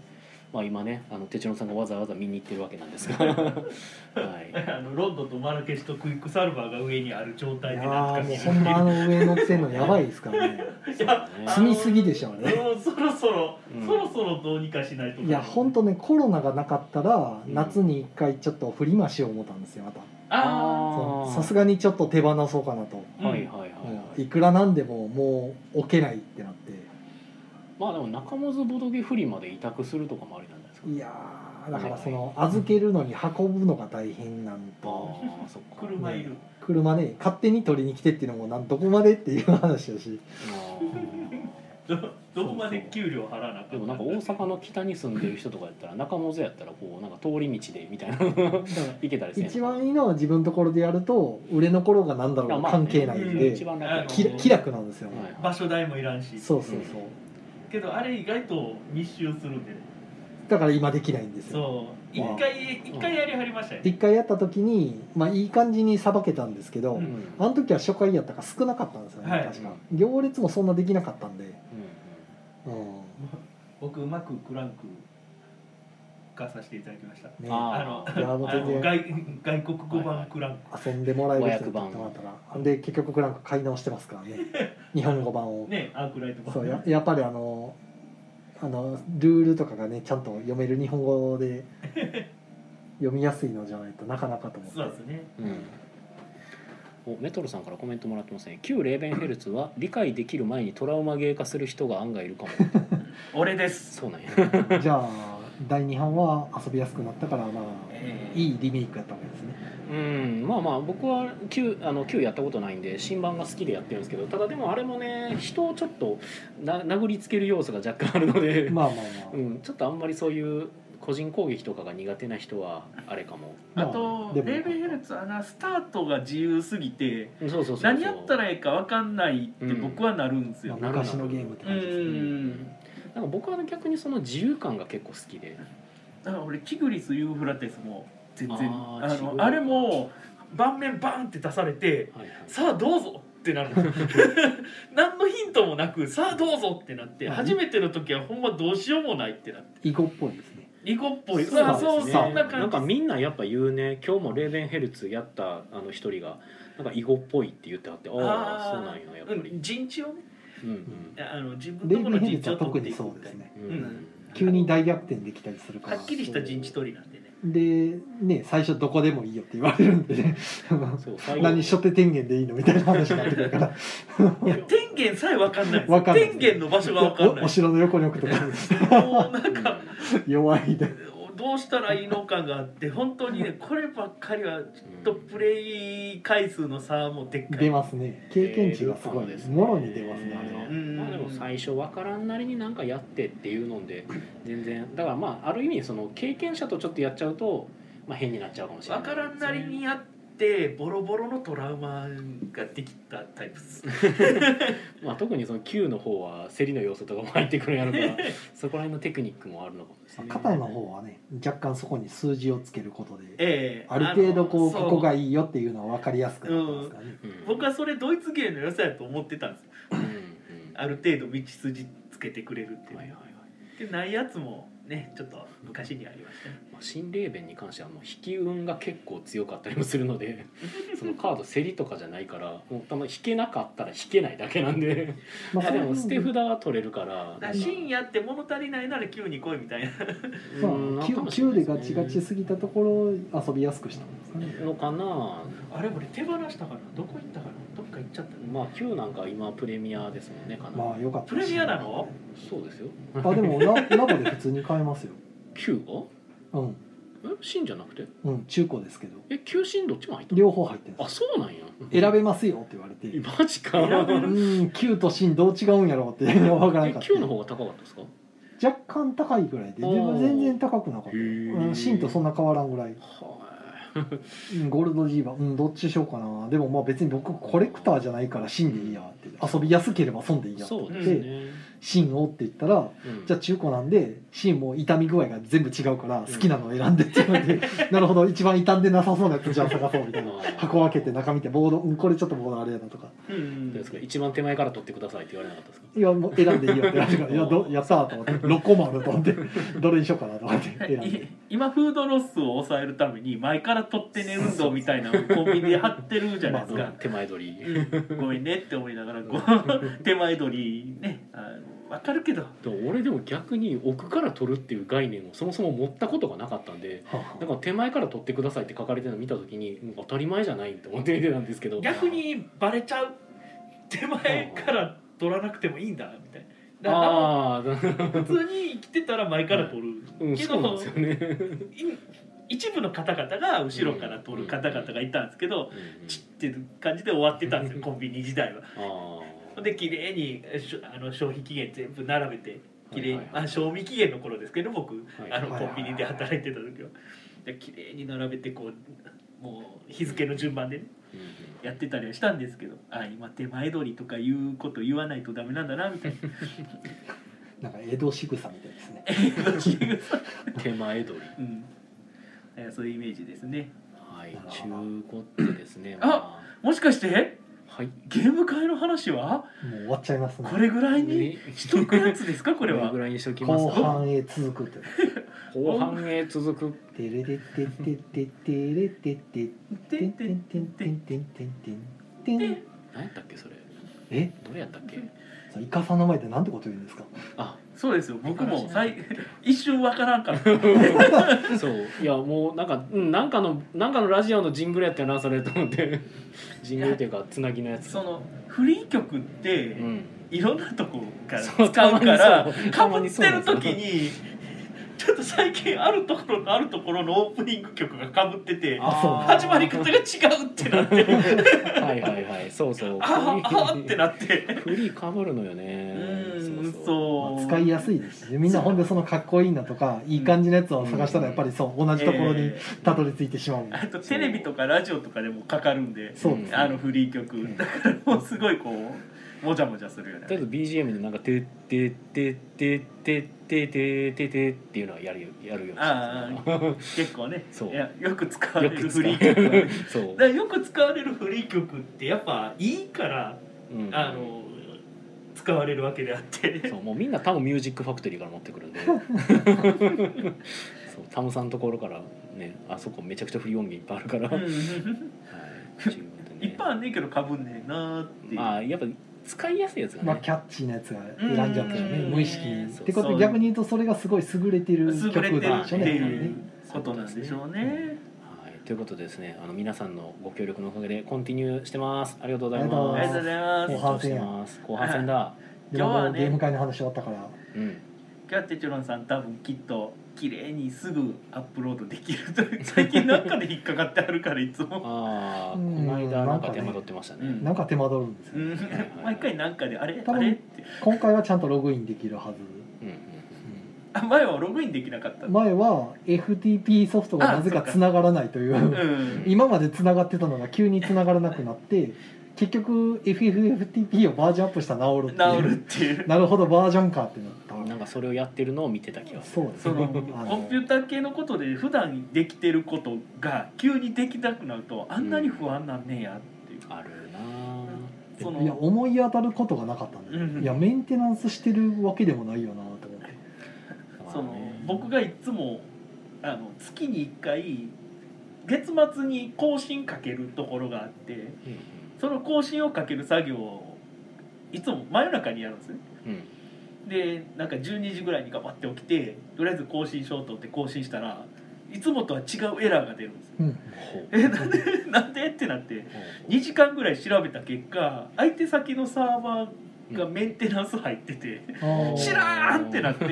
S1: ー、まあ今ねあの哲郎さんがわざわざ見に行ってるわけなん ですがはい
S3: ーあ のロンドンとマラケシュとクイックサルバーが上にある状
S2: い
S3: 態
S2: や
S3: で
S2: ー
S3: 懐か
S2: もう
S3: しい
S2: ほんまあの上乗ってんのやばいですからね
S3: いや
S1: そうだね
S2: 積みすぎでしょうね
S3: うんそろそろ、
S1: うん
S3: そろそろどうにかしないと
S2: いや本当ねコロナがなかったら
S1: うん
S2: 夏に一回ちょっと振り回しよう思ったんですよまた
S3: あ
S1: あー
S2: さすがにちょっと手放そうかなと、
S3: うん
S1: はいはいはい、
S2: いくらなんでももう置けないってなっ
S1: まあでも中本ボドゲフリまで委託するとかもありなんじゃないですか
S2: ていやーだからその預けるのに運ぶのが大変なんと、
S1: ああそっか
S3: ー車いる
S2: 車ね勝手に取りに来てっていうのもなんどこまでっていう話だし
S1: あ
S3: どどこまで給料払わなあ
S1: ー
S3: か
S1: でもなんか大阪の北に住んでる人とかやったら中本やったらこうなんか通り道でみたいな
S2: だから
S1: 行けたりする
S2: 一番いいのは自分のところでやると売れ残ろうがなんだろうが関係ないん
S3: まあね
S2: で
S1: 一番楽な
S3: うん
S2: き気楽なんですよ、
S1: はい
S3: 場所代もいらんし
S2: そうそうそう
S3: けどあれ意外と密集するんでね
S2: だから今できないんですよ
S3: そう
S2: まあ
S3: 一回一回やりはりましたよね
S2: 一回やった時にまあいい感じにさばけたんですけど、
S3: うん
S1: うん
S2: あの時は初回やったから少なかったんですよね、
S3: はい
S2: 確か行列もそんなできなかったんで、うん
S3: 僕うまくクランク化させていただきました
S2: ね、
S1: あ
S3: あ
S2: い
S3: の
S2: やもう
S3: あ
S2: 全
S3: の
S2: 然
S3: 外外国語版クランク
S2: 遊んでもらえる人に
S1: 和
S2: 買
S1: 訳版
S2: ってもらったらで結局なんか買い直してますからね日本語版を、
S3: ねアークライト版
S2: そうややっぱりあのあのルールとかがねちゃんと読める日本語 で読みやすいのじゃないとなかなかと思って
S3: そうですね
S1: うんおメトロさんからコメントもらってますね旧レーベンヘルツは理解できる前にトラウマゲー化する人が案外いるかも
S3: 俺です、
S1: そうなんや
S2: じゃあ第2版は遊びやすくなったからまあ
S3: えー
S2: いいリメイクやったわけですね
S1: うんまあまあ僕は旧あの旧やったことないんで新版が好きでやってるんですけどただでもあれもね人をちょっとな殴りつける要素が若干あるので、
S2: まあまあ
S1: う
S2: ま
S1: ん、ちょっとあんまりそういう個人攻撃とかが苦手な人はあれかも
S2: ま
S3: あ
S2: あ
S3: と
S2: で
S3: レ
S2: も
S3: ーベンヘルツはなスタートが自由すぎて
S1: そうそうそうそう
S3: 何やったらいいか分かんないって僕はなるんですよ
S2: あ、まあ昔のゲームって
S3: う
S2: 感じですね
S3: ん
S1: なんか僕は逆にその自由感が結構好きで
S3: だから俺キグリス・ユーフラテスも全然
S1: あ
S3: あ
S1: ー違う
S3: のあれも盤面バンって出されて
S1: はいはい
S3: さあどうぞってなるの何のヒントもなくさあどうぞってなって
S2: はい
S3: 初めての時はほんまどうしようもないってなって
S2: 囲碁っぽいですね
S3: リコっぽい
S2: そうですね
S3: あそうそんな
S1: なん
S3: 感
S1: か
S3: じ
S1: みんなやっぱ言うね今日もレーベンヘルツやったあの一人がなんか囲碁っぽいって言ってあってああ
S3: あー
S1: そうなんややっぱ
S3: う
S1: り
S3: ん、陣地をね
S1: うんうん
S3: あの自分
S2: レーベ
S3: のとこの
S2: ンヘ
S3: 陣
S2: ル
S3: 地
S2: ツ
S3: を
S2: は特
S3: 取って
S2: に
S3: いく
S2: そう
S3: み
S2: で
S3: たい
S2: す
S3: な
S2: ね
S1: うん
S3: うん
S2: 急に大逆転できたりするから
S3: はっきりした陣地取りなんでね
S2: でね最初どこでもいいよって言われるんで ね
S1: そう最後
S2: 何初手天元でいいのみたいな話になってくるから
S3: いや天元さえ分かんないです
S2: 分かんない
S3: 天元の場所が分かんない
S2: おお城の横に置くとか
S3: もうなんか
S1: う
S2: 弱いで
S3: どうしたらいいのかがあって本当にねこればっかりはちょっとプレイ回数の差もでっかい
S2: 出ますね経験値がすごいですもろに出ますねあれは
S3: うん
S1: まあでも最初わからんなりになんかやってっていうので全然だからまあある意味その経験者とちょっとやっちゃうと、まあ、変になっちゃうかもしれな
S3: 分
S1: い
S3: からんなりにやってボロボロのトラウマができたタイプです
S1: まあ、特にその Q の方は競りの要素とかも入ってくるやろからそこら辺のテクニックもあるのかもですね
S2: 肩の方はね若干そこに数字をつけることで
S3: ええ
S2: ある程度こう
S3: あのそう
S2: ここがいいよっていうのは分かりやすくなってますからね、
S1: うん
S3: 僕はそれドイツ芸の良さやと思ってたんです
S1: うんうん
S3: ある程度道筋つけてくれるっていう、
S1: はいはいはい
S3: でないやつもねちょっと昔にありましたね
S1: まあ新レーベンに関してはもう引き運が結構強かったりもするの でそのカード競りとかじゃないからもうたまに引けなかったら引けないだけなんで
S2: ま
S1: あでも
S2: そ
S1: 捨
S2: れ
S1: て
S2: は
S1: 札は取れるから
S3: だから深夜って物足りないなら急に来いみたいな
S2: ま
S1: うん
S2: あ、キュ
S1: かもしれ
S2: キュ
S1: ない
S2: ーです
S1: ね
S2: ガチガチすぎたところ遊びやすくしたんですかね
S1: のかな
S3: あれ俺手放したかなどこ行ったかなどっか行っちゃった
S1: まあ Q なんか今プレミアですもんねかな、
S2: まあよかった
S3: プレミアなの
S1: そうですよ
S2: あでもララボで普通に買えますよ
S1: Q が
S2: うん
S1: え新じゃなくて
S2: うん中古ですけど
S1: え Q 新どっちも入った
S2: 両方入ってるんで
S1: あ
S2: す
S1: そうなんや
S2: 選べますよって言われて
S1: え マジか
S3: 選べ
S2: う
S3: る
S2: ん旧と新どう違うんやろうってわからん
S1: え
S2: かった
S1: Q の方が高かったですか
S2: 若干高いぐらいでで
S1: あー
S2: も全然高くなかった
S1: へー
S2: うん新とそんな変わらんぐらい
S1: は
S2: うんゴールドジーバーうんどっちしようかなでもまあ別に僕コレクターじゃないから新でいいやって遊びやすければ損でいい
S1: い
S2: やって
S1: そう
S2: 言
S1: で
S2: っ
S1: す
S2: て
S1: ね、
S2: 新をって言ったら
S1: うん
S2: じゃあ中古なんで芯も傷み具合が全部違うから好きなのを選んでって言われて、 なるほど一番傷んでなさそうなやつじゃあ探そうみたいな
S1: あー
S2: 箱を開けて中見てボードうんこれちょっとボードあれやなとか
S3: うん
S1: どうですか一番手前から取ってくださいって言われなかったですか
S2: いやもう選んでいいよって言われてからいやどやったーと思って6個もあると思ってどれにしようかなと思って選んで
S3: い今フードロスを抑えるために前から取ってね運動みたいなのをコンビニで貼ってるじゃないです
S1: まあ
S3: か、
S1: 手前取り、
S3: うんごめんねって思いながらこ う手前取りねあの分かるけど
S1: でも俺でも逆に奥から取るっていう概念をそもそも持ったことがなかったんで
S2: はあ
S1: だから手前から取ってくださいって書かれてるの見た時にうん当たり前じゃないって思って見てたんですけど
S3: 逆にバレちゃう手前から取らなくてもいいんだみたいなだから
S1: ああ、
S3: 普通に生きてたら前から取る、
S1: うん、
S3: け
S1: そ
S3: ど
S1: うなんですよね。
S3: い一部の方々が後ろから取る方々がいたんですけど、チッっていう感じで終わってたんですよコンビニ時代は。
S1: あ
S3: ほんで綺麗にえしょあの消費期限全部並べて
S1: あ、
S3: 綺麗に、
S1: はいはいはい
S3: あ賞味期限の頃ですけど僕、
S1: はい
S3: あの
S2: はいはいは
S3: コ
S2: い
S3: ンビニで働いてた時はで綺麗に並べてこうもう日付の順番でね
S1: うんうん
S3: やってたりはしたんですけどあ今手前取りとかいうこと言わないとダメなんだなみたい
S2: な
S3: な
S2: んか江戸仕草みたいですね
S1: 手前取り。
S3: うんえそういうイメージですね
S1: はい、中古ってですね。
S3: あ
S1: ま
S3: もしかして
S1: あはい。
S3: ゲーム会の話は
S2: もう終わっちゃいますね
S3: これぐらいにしとくやつですかこれは
S1: ぐらいにしときます
S2: 後
S1: か。
S2: 半へ続くって
S1: 後半へ続く。
S2: テレレテテテテレテテテンテンテンテンテンテンテンテン
S1: 何やったっけそれ。
S2: え
S1: どれやったっけ？
S2: さイカさんの前でなんてこと言うんですか
S1: あ
S3: そうですよ僕もさい 一瞬わからんから
S1: そういやもうなんか、うん、なんかのなんかのラジオのジングルやったよなそれと思ってジングルっていうかつなぎのやつ
S3: そのフリー曲って、
S1: うん
S3: いろんなとこから
S1: そう
S3: 使うから
S1: た
S3: か
S1: ま
S3: ぶ
S1: に
S3: っ
S1: そう
S3: てる時にちょっと最近あるところとあるところのオープニング曲がかぶってて
S2: あ
S3: 始まり方が違うって なって
S1: はいはいはいそうそう
S3: あーあーってなって
S1: フリーかぶるのよ
S3: う
S1: ね
S3: ん
S1: う
S3: そう、
S2: まあ使いやすいですしみんなほんでそのかっこいいなとかいい感じのやつを探したらやっぱりそう同じところに
S3: え
S2: たどり着いてしまうんで
S3: ーあとテレビとかラジオとかでもかかるんで
S2: そうですね
S3: あのフリー曲だからもうすごいこうもじゃもじゃするよね
S1: とりあえず BGM でなんか「てってってってってってててて」っていうのはやるよやるようにしてますね
S3: 結構ね
S1: そう
S3: いやよく使われ
S1: よ
S3: る
S1: く
S3: フ
S1: 使
S3: リー曲はね
S1: うそう
S3: だか、らよく使われるフリー曲ってやっぱいいから
S1: うん、
S3: あの使われるわけであって
S1: そうもうみんなタムミュージックファクトリーから持ってく るんでそうタムさんのところからねあそこめちゃくちゃフリー音源いっぱいあるから、はい自分で
S3: い
S1: ね
S3: っぱいあんねんけどかぶんねえなーっていう、
S1: まあやっぱ使いやすいやつがね、
S2: まあ、キャッチーなやつが選んじゃったよね
S1: うん
S2: 無意識に。
S1: そう
S2: ってこと
S3: そう
S2: で逆に言うとそれがすごい優れてる曲
S3: 優れてる
S2: なん
S3: っ
S2: でしてょう
S3: い
S2: ね
S3: う。ことなんでしょうね。
S1: はい、ということでですねあの皆さんのご協力のおかげでコンティニューしてますありがとうござい
S3: あ
S1: ま
S3: り
S1: す
S3: がとうございま
S2: 後
S3: す。
S2: 半
S1: して
S2: 戦や。
S1: ます後半戦だ、
S2: でももう
S3: 今日はね
S2: ゲーム会の話終わったから。
S1: うん
S3: キャッテチョロンさん多分きっと綺麗にすぐアップロードできるという最近なんかで引っかかってあるからいつ も。
S1: ああこ
S2: うん
S1: の間なんか
S2: なんかね
S1: 手間取ってましたね
S3: うん
S2: なんか手間取るんです
S3: う
S2: よ。
S3: ん毎回なんかであれ
S2: 多
S3: あ
S2: 分
S3: れって
S2: 今回はちゃんとログインできるはず。
S1: うん
S3: あ前はログインできなかった。うん。
S2: 前は FTP ソフトがなぜか繋がらないという。今まで繋がってたのが急に繋がらなくなって結局 FFFTP をバージョンアップしたら治るって
S3: 治
S2: い
S3: るっ
S2: う。
S3: ていう。
S2: なるほどバージョンかってなった
S1: うん。なんかそれをやってるのを見てた気がする
S2: そうです
S3: そ
S2: ね
S3: の
S2: あの
S3: コンピューター系のことで普段できてることが急にできなくなるとあんなに不安なんねやっていう、
S1: あるなあ
S3: そ
S2: いや
S3: の
S2: 思い当たることがなかったんだよ、
S3: うんうん
S2: いやメンテナンスしてるわけでもないよなと思って
S3: その
S1: まあね
S3: 僕がいつもあの月に1回月末に更新かけるところがあって
S1: うん
S3: その更新をかける作業をいつも真夜中にやるんですね
S1: うんうん
S3: でなんか12時ぐらいに頑張って起きてとりあえず更新しようと思って更新したらいつもとは違うエラーが出るんです よ
S2: うん
S1: ほう
S3: えなんでなんでってなって
S1: ほう
S3: 2時間ぐらい調べた結果相手先のサーバーがメンテナンス入ってて
S2: あー
S3: 知らーんってなって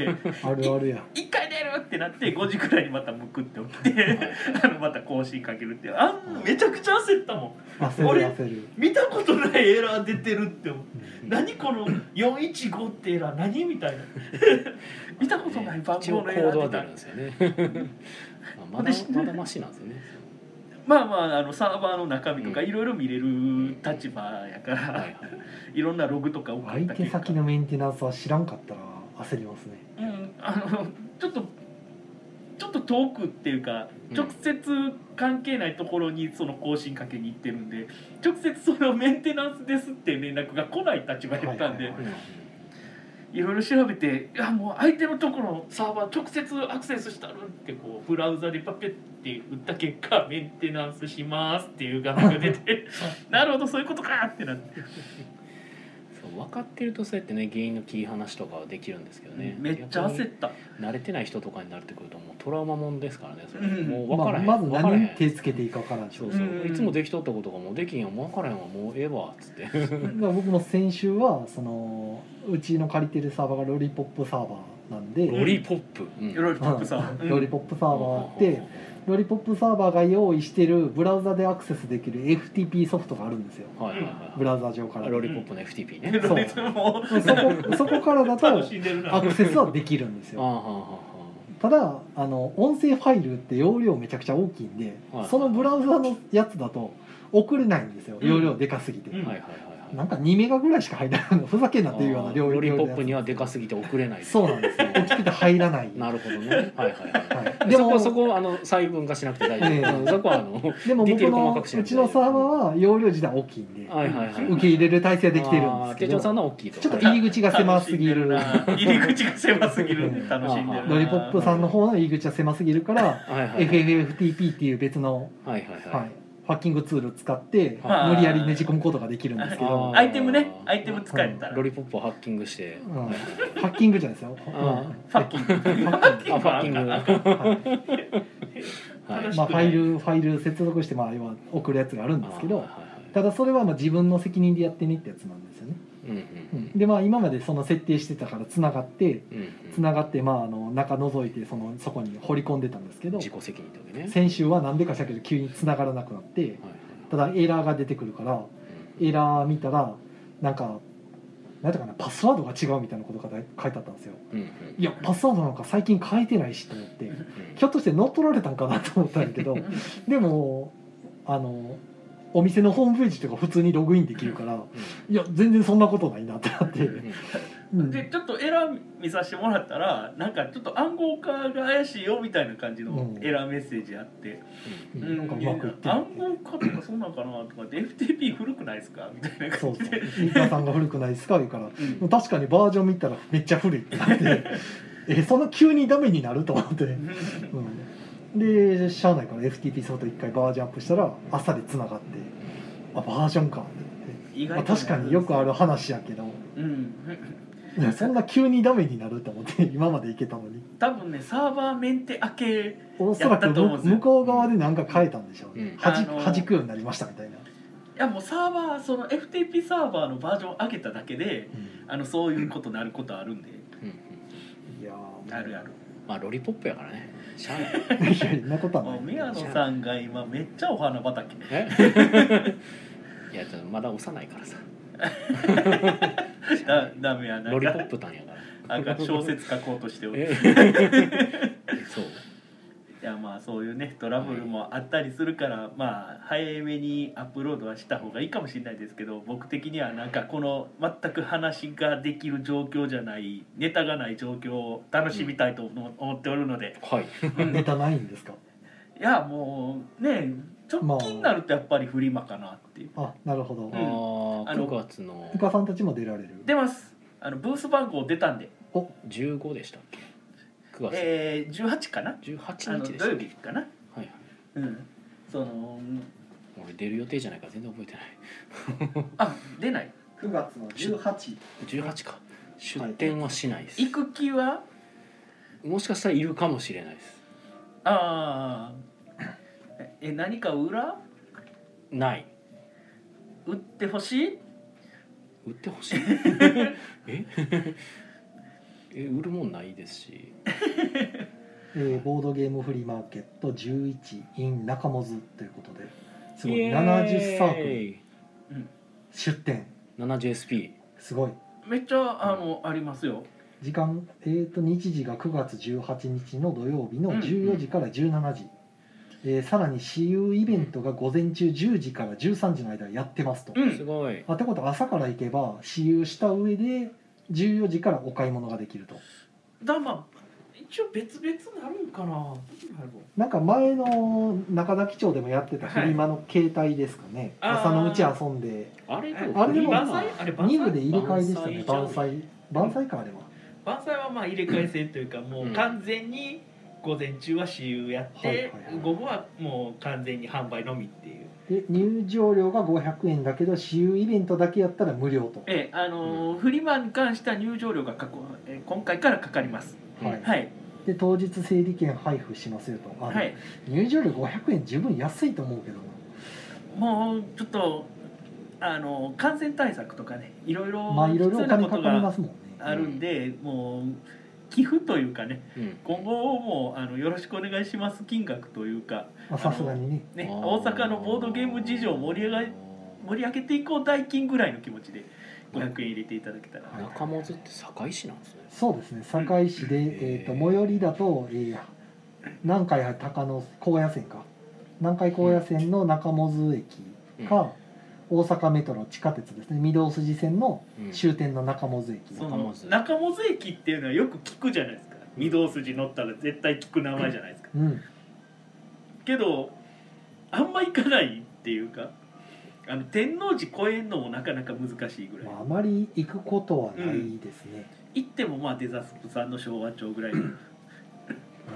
S2: あるあるや
S3: 1回出るってなって5時ぐらいにまたむくって起 きてあのまた更新かけるってあんめちゃくちゃ焦ったもん
S2: 焦る焦る、
S3: 見たことないエラー出てるって思う
S2: うん
S3: 何この415ってエラー何み たいな見たことない番
S1: 一応
S3: 号
S1: コ
S3: のエ
S1: ー
S3: ラ
S1: ドは
S3: ー
S1: 出
S3: 出た
S1: るんですよねまあまだ
S3: 私
S1: まだマシなんですよね
S3: まあまああのサーバーの中身とかいろいろ見れる立場やか
S1: はいは
S3: ら
S1: い
S3: いろんなログとか送った
S2: 相手先のメンテナンスは知らんかったら焦りますね
S3: うん、あのちょっとちょっと遠くっていうか
S1: うん
S3: 直接関係ないところにその更新かけに行ってるんで直接そのメンテナンスですっていう連絡が来ない立場やったんで、
S2: はいいはいはい
S3: ろいろ調べていやもう相手のところのサーバー直接アクセスしたるってこうブラウザでパペって打った結果メンテナンスしますっていう画面が 出てなるほどそういうことかってなって、
S1: そう分かってるとそうやってね原因の切り離しとかはできるんですけどね
S3: めっちゃ焦った
S1: 慣れてない人とかになってくるともうトラウマもんですからねそれ、
S3: うん
S1: もう分
S2: ま
S1: か
S2: あ、
S1: らへん、
S2: まず
S1: 分からへ
S2: 何
S1: ん
S2: 手つけていいか分からんし
S1: そうそう、
S3: うん
S1: いつもできとったことがもうできんやもう分からへんわもうええわっつってはい
S2: だから僕も先週はそのうちの借りてるサーバーがロリポップサーバーなんで、
S1: ロリポップ、うん
S3: ロリポップさん、
S2: うんロリポップサーバーあって、ロリポップサーバーが用意してるブラウザでアクセスできる FTP ソフトがあるんですよ
S1: はいはいはい
S2: ブラウザ上から
S1: あロリポップの FTP ね、
S3: うんロリポップ
S2: そ
S3: も
S2: こそこからだ
S3: 楽
S2: と
S3: しんでるな
S2: アクセスはできるんです
S1: ああ
S2: よ
S1: はあは
S2: ただあの音声ファイルって容量めちゃくちゃ大きいんで、
S1: はい
S2: そのブラウザのやつだと送れないんですよ
S3: うん
S2: 容量でかすぎて、
S3: うん
S1: あはいはいはいは
S2: ないんか2メガぐらいしか入らないのふざけんなっていうよう
S1: あ
S2: な
S1: ー
S2: 量
S1: ロリ
S2: 量
S1: ポ
S2: の
S1: ップにはでかすぎて送れない
S2: そうなんですよ大きくて入らない
S1: なるほどね はいはいはい
S2: はい、
S1: でもそこそこあの細分化しなくて大丈夫、
S2: ええ
S1: うんそこはあのは
S2: でも
S1: ディ
S2: 僕
S1: テール細
S2: の
S1: かくしな
S2: う
S1: くて
S2: ち
S1: 大丈夫
S2: のサーバーは容量自体大きいんで、
S1: いはいはい
S2: 受け入れる体制できてるんですけ
S1: あー手帳さん
S2: ど
S1: のは大きいと
S2: ちょっと入り口が狭すぎる
S3: 楽しんでるな入り口が狭すぎるんで楽しんでるな
S2: ロリポップさんの方の入り口は狭すぎるから
S1: はいはいはい
S2: FFFTP っていう別の、
S1: はいはいはい、
S2: はい、フハッキングツール使って
S3: あー
S2: 無理やりねじ込むことができるんですけ
S1: あ
S2: ど
S1: ー
S3: アイテムねアイテム使えたら
S1: ロリポップをハッキングして、
S2: うん
S1: はい
S2: ハッキングじゃないですよ。うん
S1: あー
S3: ファッキングフ
S1: あファッキング
S3: あ
S2: はい
S1: はい
S3: 楽し
S2: まあ、
S3: く
S2: フ
S3: ない
S2: ァイルファイル接続してまあ要は送るやつがあるんですけ
S1: あ
S2: ど
S1: ーはいはい
S2: ただそれはまあ自分の責任でやってねってやつなんですよね、
S1: うんうん
S2: うんでまあ今までその設定してたからつながって
S1: うんうん
S2: つながってまああの中覗いてそのそこに掘り込んでたんですけど
S1: 自己責任ってわけね
S2: 先週は何でかしらけど急につながらなくなって
S1: はい
S2: ただエラーが出てくるからエラー見たらなんかなんていうかなパスワードが違うみたいなことが書いてあったんですよ
S1: うんうん
S2: いやパスワードなんか最近変えてないしと思って
S1: うん
S2: ひょっとして乗っ取られたんかなと思ったんや けどでもあのお店のホームページとか普通にログインできるからいや全然そんなことないなってなって、
S1: うんうん
S2: うん
S3: でちょっとエラー見させてもらったらなんかちょっと暗号化が怪しいよみたいな感じのエラーメッセージあって、
S2: うん
S3: うん
S2: なんかうまくいってる
S3: 暗号化とかそうなんかなとかって FTP 古くないですかみたいな
S2: そ
S3: 感
S2: う
S3: じ
S2: そう
S3: で
S2: 三田さんが古くないですか言うから
S3: うん
S2: 確かにバージョン見たらめっちゃ古いってなってえそんな急にダメになると思って、うん、でしゃあないから FTP ソフト一回バージョンアップしたら朝でつながってあバージョンかって
S3: 意
S2: まあ、確かによくある話やけど
S3: うん
S2: いやそんな急にダメになると思って今までいけたのに
S3: 多分ねサーバーメンテ明け
S2: おそらく
S3: やったと思うんですよ
S2: 向こう側で何か変えたんでしょう
S1: う
S2: ね
S1: ん
S2: はじ
S3: あのー
S2: 弾くようになりましたみたいな、
S3: いやもうサーバーその FTP サーバーのバージョン上げただけであのそういうことなることあるんで
S1: うんうん
S2: いやーもう
S3: あるある
S1: まあロリポップやからねしゃあない
S2: いやいやそんなことはな
S3: もう
S2: い
S3: 宮野さんが今めっちゃお花畑
S1: えいやちょっとまだ幼いから さ
S3: だダメやな
S1: ロ
S3: ん
S1: リポ
S3: か
S1: ップたんやから
S3: なんか小説書こうとしておる
S1: えそう
S3: いやまあそういうねトラブルもあったりするから、まあ早めにアップロードはした方がいいかもしれないですけど僕的にはなんかこの全く話ができる状況じゃないネタがない状況を楽しみたいと思思っておる ので、
S1: はい
S2: ネタないんですか
S3: いやもうね直近になるとやっぱりフリマかなっていう
S2: あなるほど
S1: あ
S3: あ
S1: あ
S3: の
S1: 9月の
S2: ふかさんたちも出られる
S3: 出ますあのブース番号出たんで、
S1: 15でしたっけ9月、
S3: えー、18かなあ
S1: 18
S3: の
S1: 日でし
S3: 土
S1: た
S3: 曜
S1: っけ
S3: 日かな
S1: はいはい
S3: うんその
S1: 俺出る予定じゃないから全然覚えてない
S3: あ出 ない
S2: 9月の18
S1: 18か出店はしないです、
S3: 行く気は
S1: もしかしたらいるかもしれないです
S3: ああえ何か裏
S1: ない
S3: 売ってほしい
S1: 売ってほし いえ え売るもんないですし
S2: えーボードゲームフリーマーケット11 in 中本ということですごい
S1: イエー
S2: 70
S1: イ
S2: サークル出店
S1: 70SP
S2: すごい
S3: めっちゃあの、ありますよ
S2: 時間えっ、と日時が9月18日の土曜日の
S3: うんうん
S2: 14時から17時、えーさらに私有イベントが午前中10時から13時の間やってますと、
S3: うん
S1: すごい
S2: あってことは朝から行けば私有した上で14時からお買い物ができると
S3: だからまあ一応別々になるんかなどうなるの
S2: なんか前の中崎町でもやってたフリマの携帯ですかね、
S3: はいあー
S2: 朝のうち遊んで
S1: あれ
S2: あれでも
S1: フリマ
S3: あれ
S2: 2部で入れ替えでしたね
S3: 万
S2: 万
S3: 歳
S2: 歳万歳かあれは
S3: 万歳はまあ入れ替え制というかもう
S1: うん
S3: 完全に午前中は私有やって、
S2: はいはいはい
S3: 午後はもう完全に販売のみっていう
S2: で入場料が500円だけど私有イベントだけやったら無料と
S3: ええあのーフリマに関しては入場料が過去、えー今回からかかります
S2: はい
S3: はい
S2: で当日整理券配布しますよとあの
S3: はい
S2: 入場料500円十分安いと思うけどな
S3: もうちょっとあの感染対策とかねいろいろ
S2: まあいろいろお
S3: 必要な
S2: 金
S3: こ
S2: か
S3: と
S2: かりま
S3: が
S2: すもんね
S3: あるんで、もう寄付というかね
S1: うん
S3: 今後もあのよろしくお願いします金額というか、
S2: まあさすがにね
S3: ね、
S1: あー
S3: 大阪のボードゲーム事情を盛り上が盛り上げていこう代金ぐらいの気持ちで500円入れていただけたら、
S2: はい
S1: 中本って堺市なんですね
S2: そうですね堺市で、えー、と最寄りだと、えー南海高野高野線か南海高野線の中百駅か、大阪メトロ地下鉄ですね御堂筋線の
S1: うん
S2: 終点の中百駅、
S3: そ
S1: 中
S3: の
S1: 本
S3: 中本駅っていうのはよく聞くじゃないですか御堂筋乗ったら絶対聞く名前じゃないですか、
S2: うん、
S3: けどあんま行かないっていうかあの天王寺越えんのもなかなか難しいぐらい
S2: まあ、あまり行くことはないですね、
S3: 行ってもまあデザスプさんの昭和町ぐらいの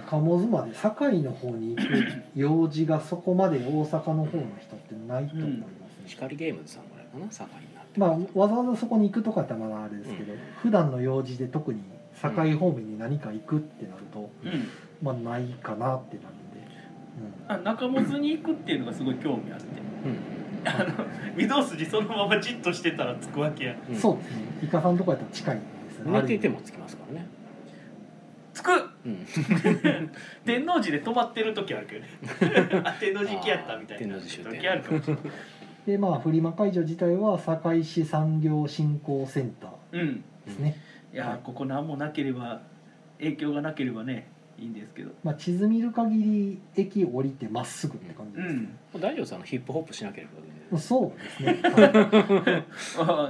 S2: 中本まで堺の方に行く用事がそこまで大阪の方の人ってないと思いますね、
S1: 光ゲームズさんぐらいかな堺になって
S2: まあわざわざそこに行くとかってまだあれですけど、普段の用事で特に堺方面に何か行くってなると、
S3: うん
S2: まあないかなってなるんで、
S3: あ中本に行くっていうのがすごい興味あって
S1: うん
S3: あの御堂筋そのままじっとしてたら着くわけや
S2: うん
S1: ん
S2: そうですねイカさんとかやったら近いんですよ
S1: 寝
S2: ね
S1: ててもつきますからね
S3: 着く
S1: うん
S3: 天王寺で泊まってる時あるけどねあ天王寺行きやったみたいな
S1: あー天王寺終点
S3: 時あるかもしれない
S2: でまあフリマ会場自体は堺市産業振興センター
S3: うん
S2: ですね、
S3: いやーここ何もなければ影響がなければねいいんですけど
S2: まあ、地図見る限り駅降りてまっすぐって感じ
S3: う
S2: ですね、
S1: 大
S3: ん
S1: 丈夫ですあのヒップホップしなければ全然
S2: そうですね、 はい
S3: あ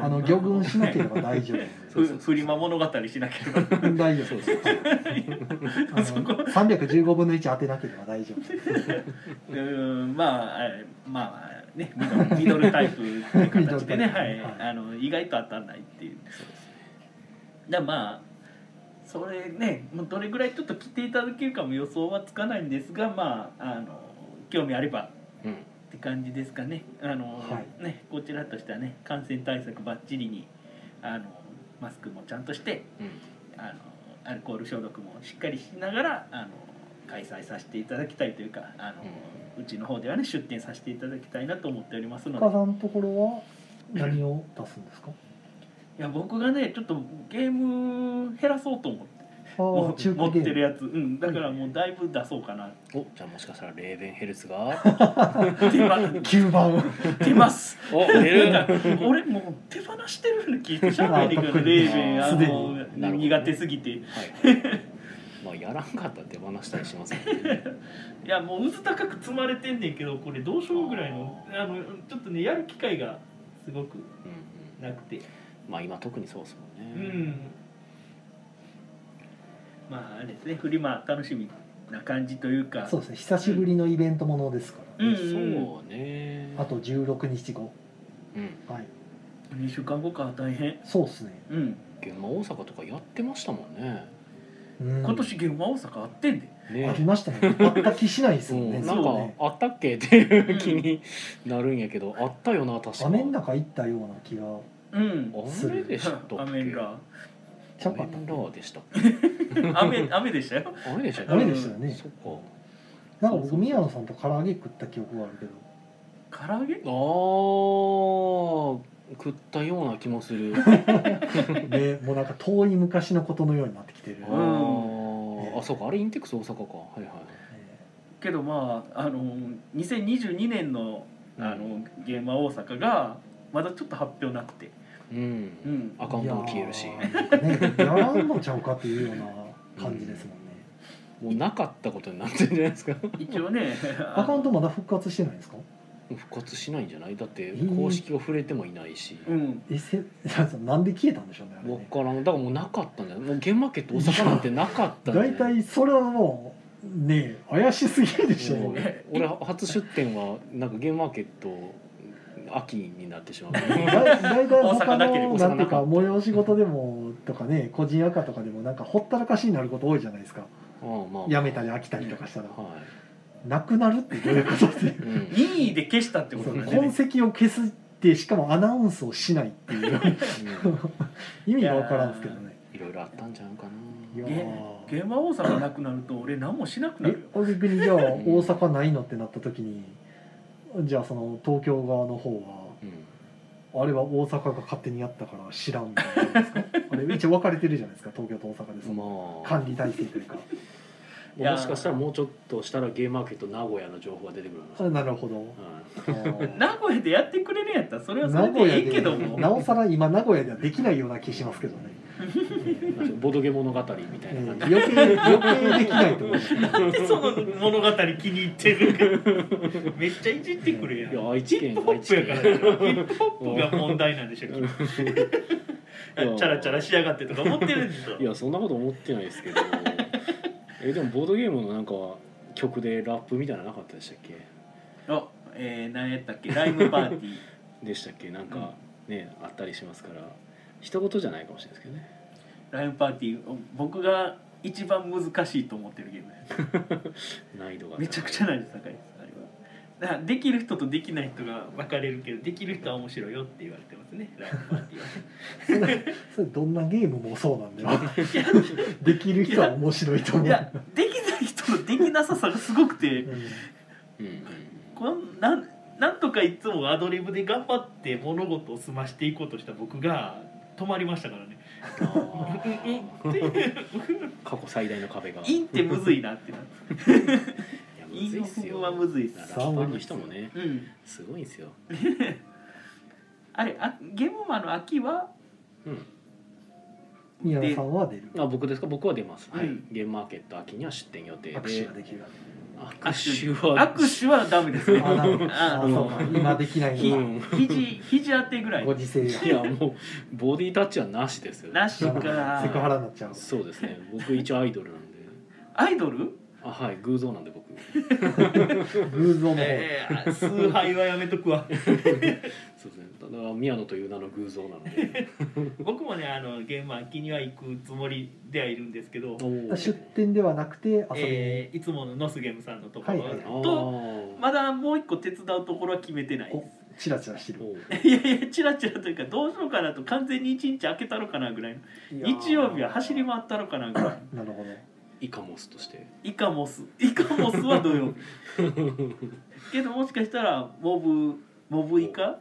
S2: あの魚群しなければ大丈
S3: ふフリマ物語しなければ
S2: 夫大丈夫です あの
S3: そこ
S2: 315分の1当てなければ 大丈夫です
S3: うーんまああまあねミドルミドルタイプっていう形で
S2: ミド
S3: ね
S2: ルタ
S3: は
S2: イ
S3: い
S2: プはい
S3: あの意外と当たんないっていうだからまあそれねもうどれぐらいちょっと来ていただけるかも予想はつかないんですがまああの興味あれば
S1: うん
S3: って感じですかね。あの、
S2: は
S3: ね、こちらとしてはね、感染対策ばっちりに。あの、マスクもちゃんとして、
S1: うん
S3: あの、アルコール消毒もしっかりしながら、あの。開催させていただきたいというか、あの、うちの方ではね、出店させていただきたいなと思っておりますの
S2: お
S3: で
S2: 母。さんのところは何を出すんですか
S3: いや、僕がね、ちょっとゲーム減らそうと思って。
S2: ああ
S3: も
S2: 中
S3: 持
S2: 古
S3: っ
S2: ゲ
S3: て
S2: ー
S3: る
S2: ム
S3: やつ、うん、だからもうだいぶ出そうかな。
S1: おじゃあもしかしたらレーベンヘルツ が
S3: 手ば、
S2: 9番を
S3: 出ます。
S1: お出
S3: なん
S1: る
S3: か俺もう手放してるの聞いてしゃべりがレーベンあ
S2: すでに
S1: な
S3: の
S1: るほどね
S3: 苦手すぎてい
S1: はい まあやらんかったら手放したりしますけどね
S3: やもううず高く積まれてんねんけどこれどうしようぐらいのあのちょっとねやる機会がすごく
S1: うんうん
S3: なくて
S1: まあ今特にそうですも
S3: うん
S1: ね
S3: んまああれですねフリマ楽しみな感じというか
S2: そうですね久しぶりのイベントものですから、
S3: うんうん
S1: そうね
S2: あと16日後
S1: うん
S2: はい
S3: 2週間後か大変
S2: そうですね、
S3: うん
S1: 現場大阪とかやってましたもんね
S2: うん、
S3: 今年現場大阪あってんで
S1: ね
S2: ありましたね全く気しないです
S1: う
S2: よね
S1: ん、
S2: そ
S1: な
S2: うん
S1: か
S2: ね
S1: あったっけっていう気になるんやけど、あったよな確か
S2: 雨の中行ったような気が
S3: うん
S1: 雨でしたっけ
S3: アメンラ
S2: ちゃうか
S1: ア
S2: っ
S1: メ
S2: たっ
S1: ン
S2: け
S1: ラーでしたっけ
S3: 雨雨でしたよ
S1: あれでしたっけ
S2: 雨でしたよね
S1: そっか
S2: なんか僕宮野さんと唐揚げ食った記憶があるけど
S3: 唐揚げ
S1: あー食ったような気もす る
S2: でもうなんか遠い昔のことのようになってきてる、
S1: あ
S3: うん
S1: ーあそうかあれインテックス大阪かはいはい
S3: けどまああの2022年のあのゲーマー大阪がまだちょっと発表なくて、
S1: うん、
S3: うん、
S1: アカウントも消えるし
S2: いやーなんかねやらんのちゃうかっていうような感じですもんね、
S1: もうなかったことになってるんじゃないですか
S3: 一応ね
S2: アカウントまだ復活してないんですか
S1: 復活しないんじゃないだって
S2: うん
S1: 公式を触れてもいないし、
S3: うん
S2: えせ なんで消えたんでしょうねあれ
S1: わ
S2: ね
S1: からんだからもうなかったんじゃないもうゲームマーケット大阪なんてなかったんじゃない
S2: 大体それはもうねえ怪しすぎるでしょ
S1: もう俺初出店はなんかゲームマーケット秋になってしまう
S2: だい大体他
S3: 大阪だけで
S2: の
S1: 大阪
S2: なんてい
S1: な
S2: うか
S1: かった
S2: 催し事でもとかね個人赤とかでもなんかほったらかしになること多いじゃないですか
S1: ああまあ
S2: やめたり飽きたりとかしたら
S1: は
S2: なくなるってどういうことっていう
S1: い、うん
S3: 任意で消したってことなんで、
S2: 痕
S3: ね、
S2: 跡を消すってしかもアナウンスをしないっていう
S1: うん
S2: 意味がわからんですけどね
S1: いろいろあったんじゃないか
S2: いや
S1: な
S2: ー
S3: ゲーマー大阪なくなると俺何もしなくな
S2: え
S3: るよ
S2: 俺逆にじゃあ大阪ないのってなった時にじゃあその東京側の方
S1: うん
S2: はあれは大阪が勝手にやったから知らんみたいなんですか あれ一応分かれてるじゃないですか東京と大阪でその
S1: まあ
S2: 管理体制というか
S3: いや
S1: もしかしたらもうちょっとしたらゲームマーケット名古屋の情報が出てくるのか
S2: あなるほど
S1: な、はい
S2: あー
S3: 名古屋でやってくれるんやったらそれはそ
S2: 名
S3: れ
S2: 古
S3: で
S2: 屋
S3: いいけども
S2: でなおさら今名古屋ではできないような気しますけどね、
S1: なんかボドゲ物語みた
S2: え
S1: いな感
S2: ー
S1: じ、
S2: 余計余計できないと思います
S3: なんでその物語気に入ってる かめっちゃいじってくれやん
S1: いや愛知県
S3: ヒップホップやから
S1: 愛
S3: ヒップホップが問題なんで しょきっとチャラチャラしやがってとか思ってるんですよ
S1: いやそんなこと思ってないです けどえでもボードゲームのなんか曲でラップみたいなのなかったでしたっけ
S3: あ、えー、何やったっけライムパーティー
S1: でしたっけなんかね、あったりしますから一言じゃないかもしれないですけどね
S3: ライムパーティー僕が一番難しいと思ってるゲームです
S1: 難易度が
S3: めちゃくちゃ難易度高いですあれはだからできる人とできない人が分かれるけどできる人は面白いよって言われてますね ライブパーティーは
S2: それそれどんなゲームもそうなんだよ できる人は面白いと思
S3: いうやできない人のできなささがすごくて
S1: うんうん
S3: こんなんなんとかいつもアドリブで頑張って物事を済ましていこうとした僕が止まりましたから ね
S1: あ
S3: うんうんって
S1: ー過去最大の壁が
S3: インってむずいなってなって
S1: いや
S3: インの
S1: っす
S3: 部
S1: よ
S3: 分はむずいっす
S1: ラッパーの人もね
S3: うん
S1: すごいんですよ
S3: あれあゲームマの秋は
S1: うん
S2: 宮野さんは出る
S1: あ僕ですか僕は出ます、は
S3: う
S1: い
S3: ん
S1: ゲームマーケット秋には出店予定で
S2: 握手ができる
S1: 握手は
S3: 握手はダメですね
S2: あなるほど
S3: あ
S2: あそうか今できない
S1: うん
S2: の
S3: 肘肘当てぐら
S2: だ
S3: い
S2: ご時世
S1: いやもうボディタッチはなしですよ
S3: なし
S2: がセクハ
S3: か
S2: ラになっちゃう
S1: そうですね僕一応アイドルなんで
S3: アイドル
S1: あはい偶像なんで僕
S2: 偶像の方
S3: ええ崇拝はやめとくわ
S1: そうですねただ宮野という名の偶像なの で
S3: 僕もねあのゲームは秋には行くつもりではいるんですけど、
S1: おー
S2: 出店ではなくて遊びに
S3: えーいつものノスゲームさんのところ、
S2: はいはい
S1: あ
S3: と
S1: ー
S3: まだもう一個手伝うところは決めてないで
S2: チラチラしてる
S1: お
S3: すいやいやチラチラというかどうしようかなと完全に一日空けたのかなぐらいの日曜日は走り回ったのかなぐらい
S2: なるほど
S1: イカモスとして
S3: イカモスイカモスは土 曜日けどもしかしたらモブモブイカ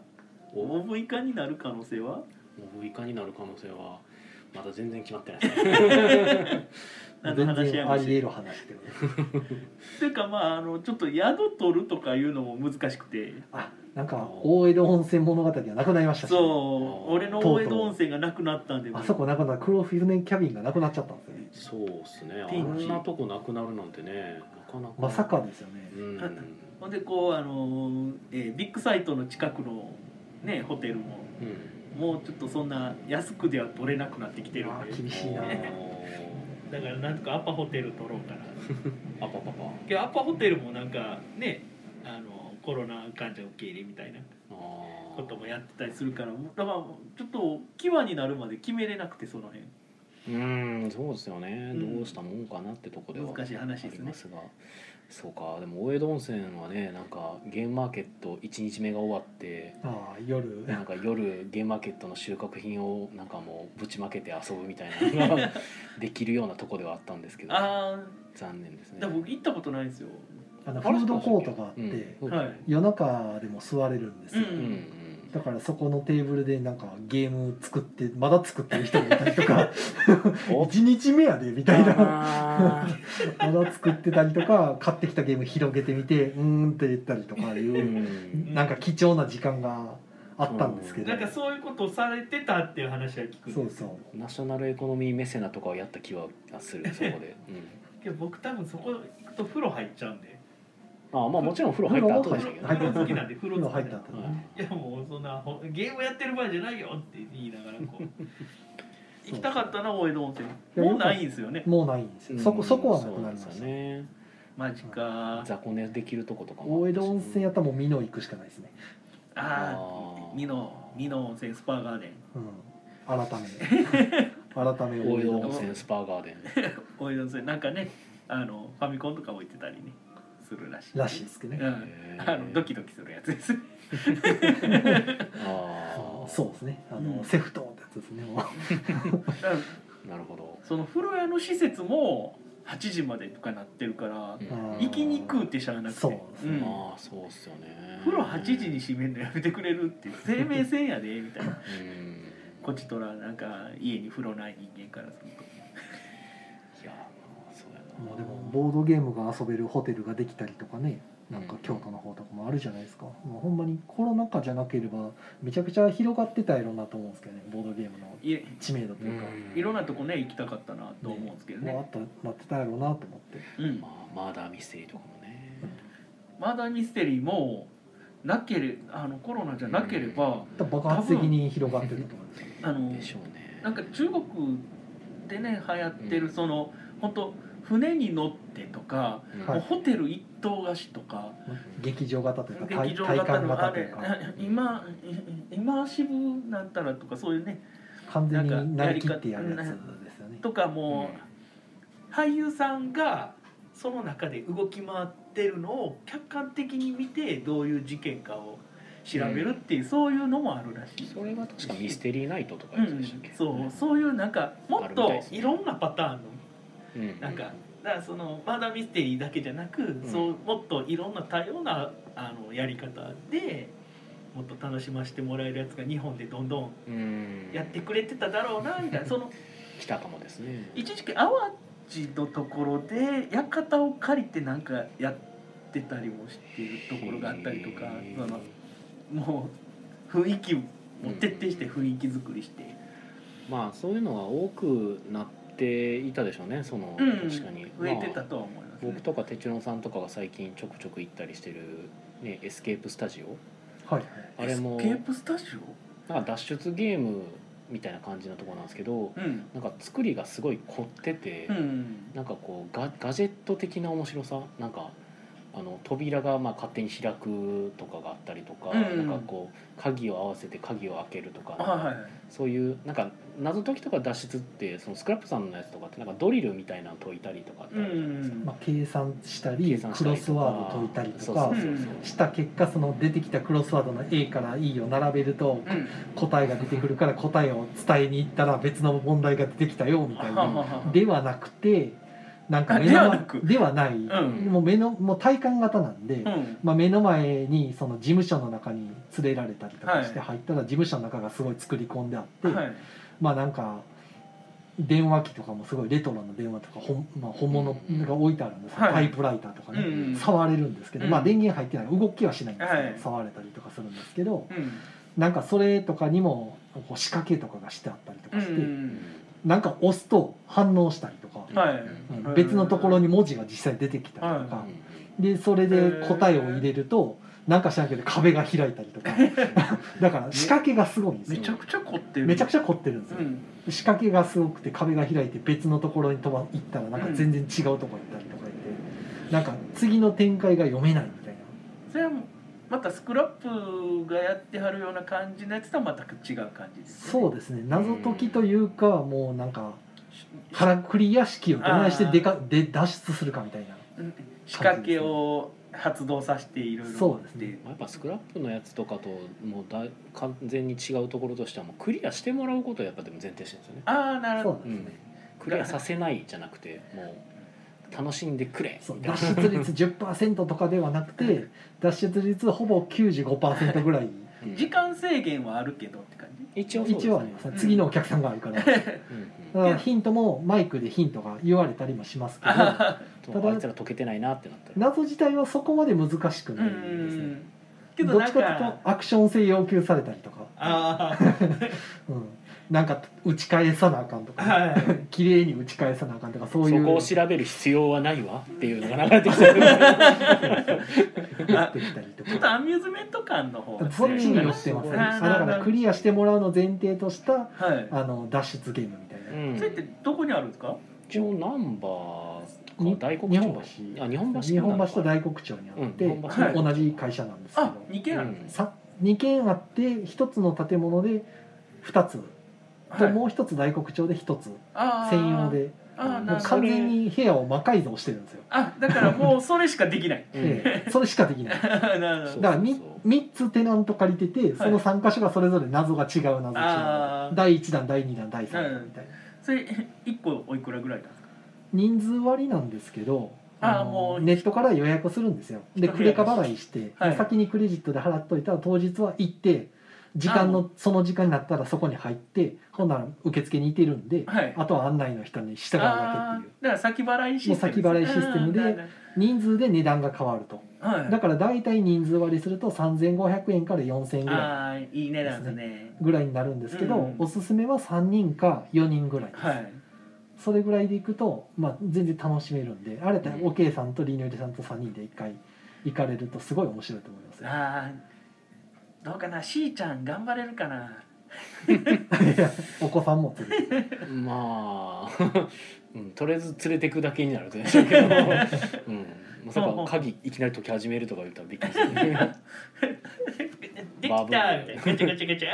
S1: お
S3: モブイカになる可能性は
S1: モブイカになる可能性はまだ全然決まってない
S3: なんで
S2: 全
S3: 話し合い
S2: 然あ
S3: ま
S2: り得
S3: した
S2: る話ってこと
S3: というかまああのちょっと宿取るとかいうのも難しくて
S2: あなんか大江戸温泉物語がなくなりましたし
S3: そう俺の大江戸温泉がなくなったんで
S2: あそこなくな黒船キャビンがなくなっちゃったんですよね
S1: そうですねあ
S3: ピン
S1: ん
S3: チ
S1: なとこなくなるなんてねなかなか
S2: まさかですよね
S1: うん
S3: ほんでこうあの、えービッグサイトの近くのねホテルも
S1: うん
S3: もうちょっとそんな安くでは取れなくなってきてるん
S2: あー
S3: で
S2: 厳しいな
S1: あ
S2: ぁ
S3: だからなんとかアパホテル取ろうかな
S1: ーあパパパ
S3: けどアパホテルもなんかねあのコロナ患者受け入れみたいな
S1: あー
S3: こともやってたりするからだからちょっと際になるまで決めれなくてその辺
S1: うーんそうですよね、
S3: うん
S1: どうしたもんかなってとこでは
S3: 難しい話ですね
S1: ありますがそうかでも大江戸温泉はねなんかゲームマーケット1日目が終わって
S2: ああ夜
S1: なんか夜ゲームマーケットの収穫品をなんかもうぶちまけて遊ぶみたいなの ができるようなとこではあったんですけど
S3: あ
S1: 残念ですね
S3: あでも僕行ったことないんですよ
S2: あのフードコートがあって、
S1: うん
S3: はい
S2: 夜中でも座れるんですよ、
S1: うん
S3: う
S1: うんん
S2: だからそこのテーブルでなんかゲーム作ってまだ作ってる人もいたりとか
S1: お
S2: 1日目やでみたいな
S1: あー
S2: まだ作ってたりとか買ってきたゲーム広げてみてうーんって言ったりとかいうう、
S1: ん
S2: なんか貴重な時間があったんですけど、
S3: なんかそういうことをされてたっていう話は聞くんです
S2: そうそう
S1: ナショナルエコノミーメセナとかをやった気はするそこで、
S3: けど僕多分そこ行くと風呂入っちゃうんで
S1: うん、ああまあもちろん風呂入った後でしたけど
S3: 風
S1: ね、
S3: 呂好きなんで風呂
S2: 風呂
S3: 好
S2: 入
S3: きなん
S2: っ
S3: で
S2: た後ね、
S3: いやもうそんなほゲームやってる場合じゃないよって言いながら こう行きたかったな大江戸温泉もうないんですよね
S2: もうないんですよ、そこそこはなくなり
S1: そ
S2: ま
S1: うで
S2: し
S1: す
S2: た、
S1: よね
S3: マジか
S1: 雑魚寝できるとことかも
S2: 大江戸温泉やったらもう美濃行くしかないですね、
S1: あ
S3: ああ
S1: ー
S3: 美濃美濃温泉スパーガーデン
S2: うん、改め
S1: 大
S2: 改め 大
S1: 江
S2: 江
S1: 戸
S2: 戸
S1: 温泉スパーガー デン
S3: 大江戸温泉なんかねあのファミコンとか置いてたりねするらしい
S2: らしいですけど
S3: う
S2: ね、
S3: んあのドキドキするやつです
S1: あ あ
S2: そうですねあの、
S3: うん
S2: セフトってやつですね もう
S1: なるほど
S3: その風呂屋の施設も8時までとかなってるから
S1: うん
S2: あー
S3: 行きにくいってしゃあなくて
S2: そうです
S3: ん
S2: ね
S1: まあそうっすよね
S3: 風呂8時に閉めるのやめてくれるって生命線やでみたいな
S1: うん
S3: こっちとらなんか家に風呂ない人間からすると
S1: いやまあそうやな
S2: もうでもボードゲームが遊べるホテルができたりとかねなん
S1: う
S2: か
S1: ん
S2: 京都の方とかもあるじゃないですか、もうほんまにコロナ禍じゃなければめちゃくちゃ広がってたやろうなと思うんですけどねボードゲームの
S3: い
S2: 知名度というか、
S1: うん
S3: いろんなとこね行きたかったなと思うんですけど
S2: もうあ
S3: ね
S2: ったなってたやろうなと思って
S3: うん
S1: まあマーダーミステリーとかもね
S3: マーダーミステリーもなけれあのコロナじゃなければ、
S2: 多分爆発的に広がってたと思うんですよ
S3: あの
S1: でしょうね
S3: なんか中国でね流行ってる
S1: うん
S3: その、本当船に乗ってとか、
S1: うん
S2: はい
S3: もうホテル一棟貸しとか、
S2: 劇場型というか体
S3: 劇場
S2: 体
S3: 型
S2: 感
S3: の
S2: 型
S3: あ
S2: とい
S3: れ
S2: うか
S3: 今イマーシブなんたらとかそういうね
S2: 完全になりきってやるやつで
S3: なんかやり
S2: すよね
S3: とかもう、俳優さんがその中で動き回ってるのを客観的に見てどういう事件かを調べるっていう、そういうのもあるらしい。
S1: それは確かミステリーナイトとか
S3: う
S1: やつでしたっ
S3: ん
S1: け、、
S3: そうそういうなんかもっ
S1: あるみ
S3: と
S1: たいですね
S3: いろんなパターンの
S1: うん、
S3: なんかだからそのマーダーミステリーだけじゃなく、
S1: ん
S3: そうもっといろんな多様なあのやり方でもっと楽しませてもらえるやつが日本でどんどん
S1: うん
S3: やってくれてただろ うなみたいなその
S1: きたかもですね
S3: 一時期淡路のところで館を借りてなんかやってたりもしてるところがあったりとか
S1: へー
S3: そのもう雰囲気を徹底して雰囲気作りして。
S1: まあそういうのは多くなっていたでしょうねその、
S3: うん、
S1: 確かに
S3: 増えて
S1: ま
S3: た
S1: あ
S3: とは思います、ね
S1: 僕とか哲郎さんとかが最近ちょくちょく行ったりしてる、ね、エスケープスタジオ
S2: はいはい
S1: あれも
S3: エスケープスタジ
S1: なんか脱出ゲームみたいな感じのところなんですけど
S3: オうん、
S1: なんか作りがすごい凝ってて、
S3: うん、
S1: なんかこうガガジェット的な面白さなんかあの扉がまあ勝手に開くとかがあったりとか、
S3: うんうん
S1: なんかこう鍵を合わせて鍵を開けるとか
S3: はいはいはい
S1: そういうなんか謎解きとか脱出ってそのスクラップさんのやつとかってなんかドリルみたいなの解いたりとかってあるじゃないですか、
S2: まあ、計算したり
S1: 計算したりとか
S2: クロスワード解いたりとか
S1: そうそうそう
S2: し
S1: そ
S2: た結果その出てきたクロスワードの A から E を並べると
S3: うん
S2: 答えが出てくるから答えを伝えに行ったら別の問題が出てきたよみたい
S3: は
S2: な
S3: はは
S2: ではなくてなんか
S3: あ
S2: 目の
S3: ではなく
S2: 前ではない、
S3: うん
S2: もう目のもう体感型なんで、
S3: うん
S2: まあ、目の前にその事務所の中に連れられたりとかして
S3: は
S2: 入ったら事務所の中がすごい作り込んであって、
S3: はい
S2: まあなんか電話機とかもすごいレトロな電話とか本,、まあ、本物が置いてあるんですよ、
S3: はい
S2: タイプライターとか
S3: う
S2: ね、
S3: ん
S2: 触れるんですけど、
S3: うん
S2: まあ電源入ってない動きはしないんですけど、
S3: はい
S2: 触れたりとかするんですけど
S3: うん
S2: なんかそれとかにもこう仕掛けとかがしてあったりと
S3: う
S2: かして、
S3: ん
S2: なんか押すと反応したりとか、
S3: はい
S1: うん
S2: うん別のところに文字が実際出てきたりとか、
S3: は
S2: でそれで答えを入れるとなんか知らんけど壁が開いたりと かだから仕掛けがすごいんです
S3: め
S2: よ
S3: ちゃくちゃ凝ってる
S2: めちゃく
S3: ゃ
S2: ちゃ凝ってるんですよ、
S3: うん
S2: 仕掛けがすごくて壁が開いて別のところに飛ば行ったらなんか全然違うとこ行ったりとか言ってなんか次の展開が読めないみたいな
S3: それはまたスクラップがやってはるような感じのやつとはまた違う感じですね
S2: そうですね謎解きというかもうなんかからくり屋敷をどないしてでかで脱出するかみたいな
S3: うん仕掛けを発動させていろいろ
S2: そうですね
S1: まあやっぱスクラップのやつとかともうだい完全に違うところとしてはもうクリアしてもらうことをやっぱでも前提してるんですよね、
S3: ああなるほ
S2: そうで
S3: ど
S1: う
S2: す
S1: ん
S2: ね、、
S1: クリアさせないじゃなくてもう楽しんでくれ
S2: そう
S1: みたいな
S2: 脱出率10%とかではなくて脱出率ほぼ95%ぐらい
S1: うん
S3: 時間制限はあるけどって感じ
S1: 一応そうです
S2: 一
S1: ね
S2: 応ありますね次のお客さんがあるから だか
S1: うんうん
S2: らヒントもマイクでヒントが言われたりもしますけど
S1: そう
S2: ただ
S1: あいつら解けてないなってなったら
S2: 謎自体はそこまで難しく
S3: う
S2: ないですね
S3: んけど
S2: どっ
S3: なん
S2: ちかという
S3: か
S2: とアクション性要求されたりとか、
S3: ああ
S2: うん、なんか打ち返さなあかんとか、
S3: はい
S2: 綺麗に打ち返さなあかんとかそうい
S1: そうこを調べる必要はないわっていうのが流れてきて る
S2: 打ってきたりと
S3: ちょっと
S2: か
S3: アミューズメント感の方が
S2: そっ
S3: 強い
S2: ちに寄ってますね
S3: あ
S2: あ
S3: ー
S2: だからクリアしてもらうの前提とした
S3: はい
S2: あの脱出ゲームみたいな、
S1: うん
S3: それってどこにあるんですか
S1: 一応ナンバー
S2: に
S1: か大黒
S2: 日
S1: 町
S2: 本橋
S1: あ日本橋
S2: 日本橋と
S1: 大
S2: 大黒町にあって、
S1: うん日
S3: 本橋
S2: 同じ会社なんですけ
S3: あ
S2: ど
S3: 二軒あるんですね
S2: さ2軒あって1つの建物で2つと
S3: はい
S2: もう1つ大黒町で1つ
S3: あー
S2: 専用で
S3: あーな
S2: も
S3: る
S2: う
S3: ほ
S2: 完
S3: ど
S2: 全に部屋を魔改造してるんですよ
S3: あだからもうそれしかできない
S2: ええそれしかできないだか
S3: なるほど
S2: ら 3, つテナント借りててその3箇所がそれぞれ謎が違う謎違う、
S3: あー
S2: 第1弾第2弾第3弾みたいな、
S3: それ一個おいくらぐらいなんですか
S2: 人数割りなんですけど
S3: あー
S2: の
S3: もう
S2: ネットから予約するんですよで
S3: 一部
S2: ク
S3: 屋
S2: レカ払いして、
S3: はい
S2: 先にクレジットで払っといたら当日は行って時間のその時間になったらそこに入ってほんなら受付にいてるんで、
S3: はい
S2: あとは案内の人に従うだけ
S3: あ
S2: っていう
S3: ーだから先払いシステム
S2: もう先払いシステムで
S3: うんなるほ
S2: 人数で値段が変わると
S3: どはい
S2: だから大体人数割りすると3500円から4000円ぐらい
S3: ああーいい値段ですね
S2: ぐらいになるんですけど、
S3: うん
S2: おすすめは3人か4人ぐらいです、
S3: はい
S2: それぐらいで行くと、まあ、全然楽しめるんで新たに
S1: うん
S2: おけいさんとりぬりさんと3人で1回行かれるとすごい面白いと思います よ
S3: あーどうかなしーちゃん頑張れるかな
S2: お子さんも連れて
S1: まあ、 うん、とりあえず連れてくだけになる でしょうけど、うん、まさか鍵いきなり解き始め るとか言ったらびっくりするね。
S3: できたってガチャガチャガチャあー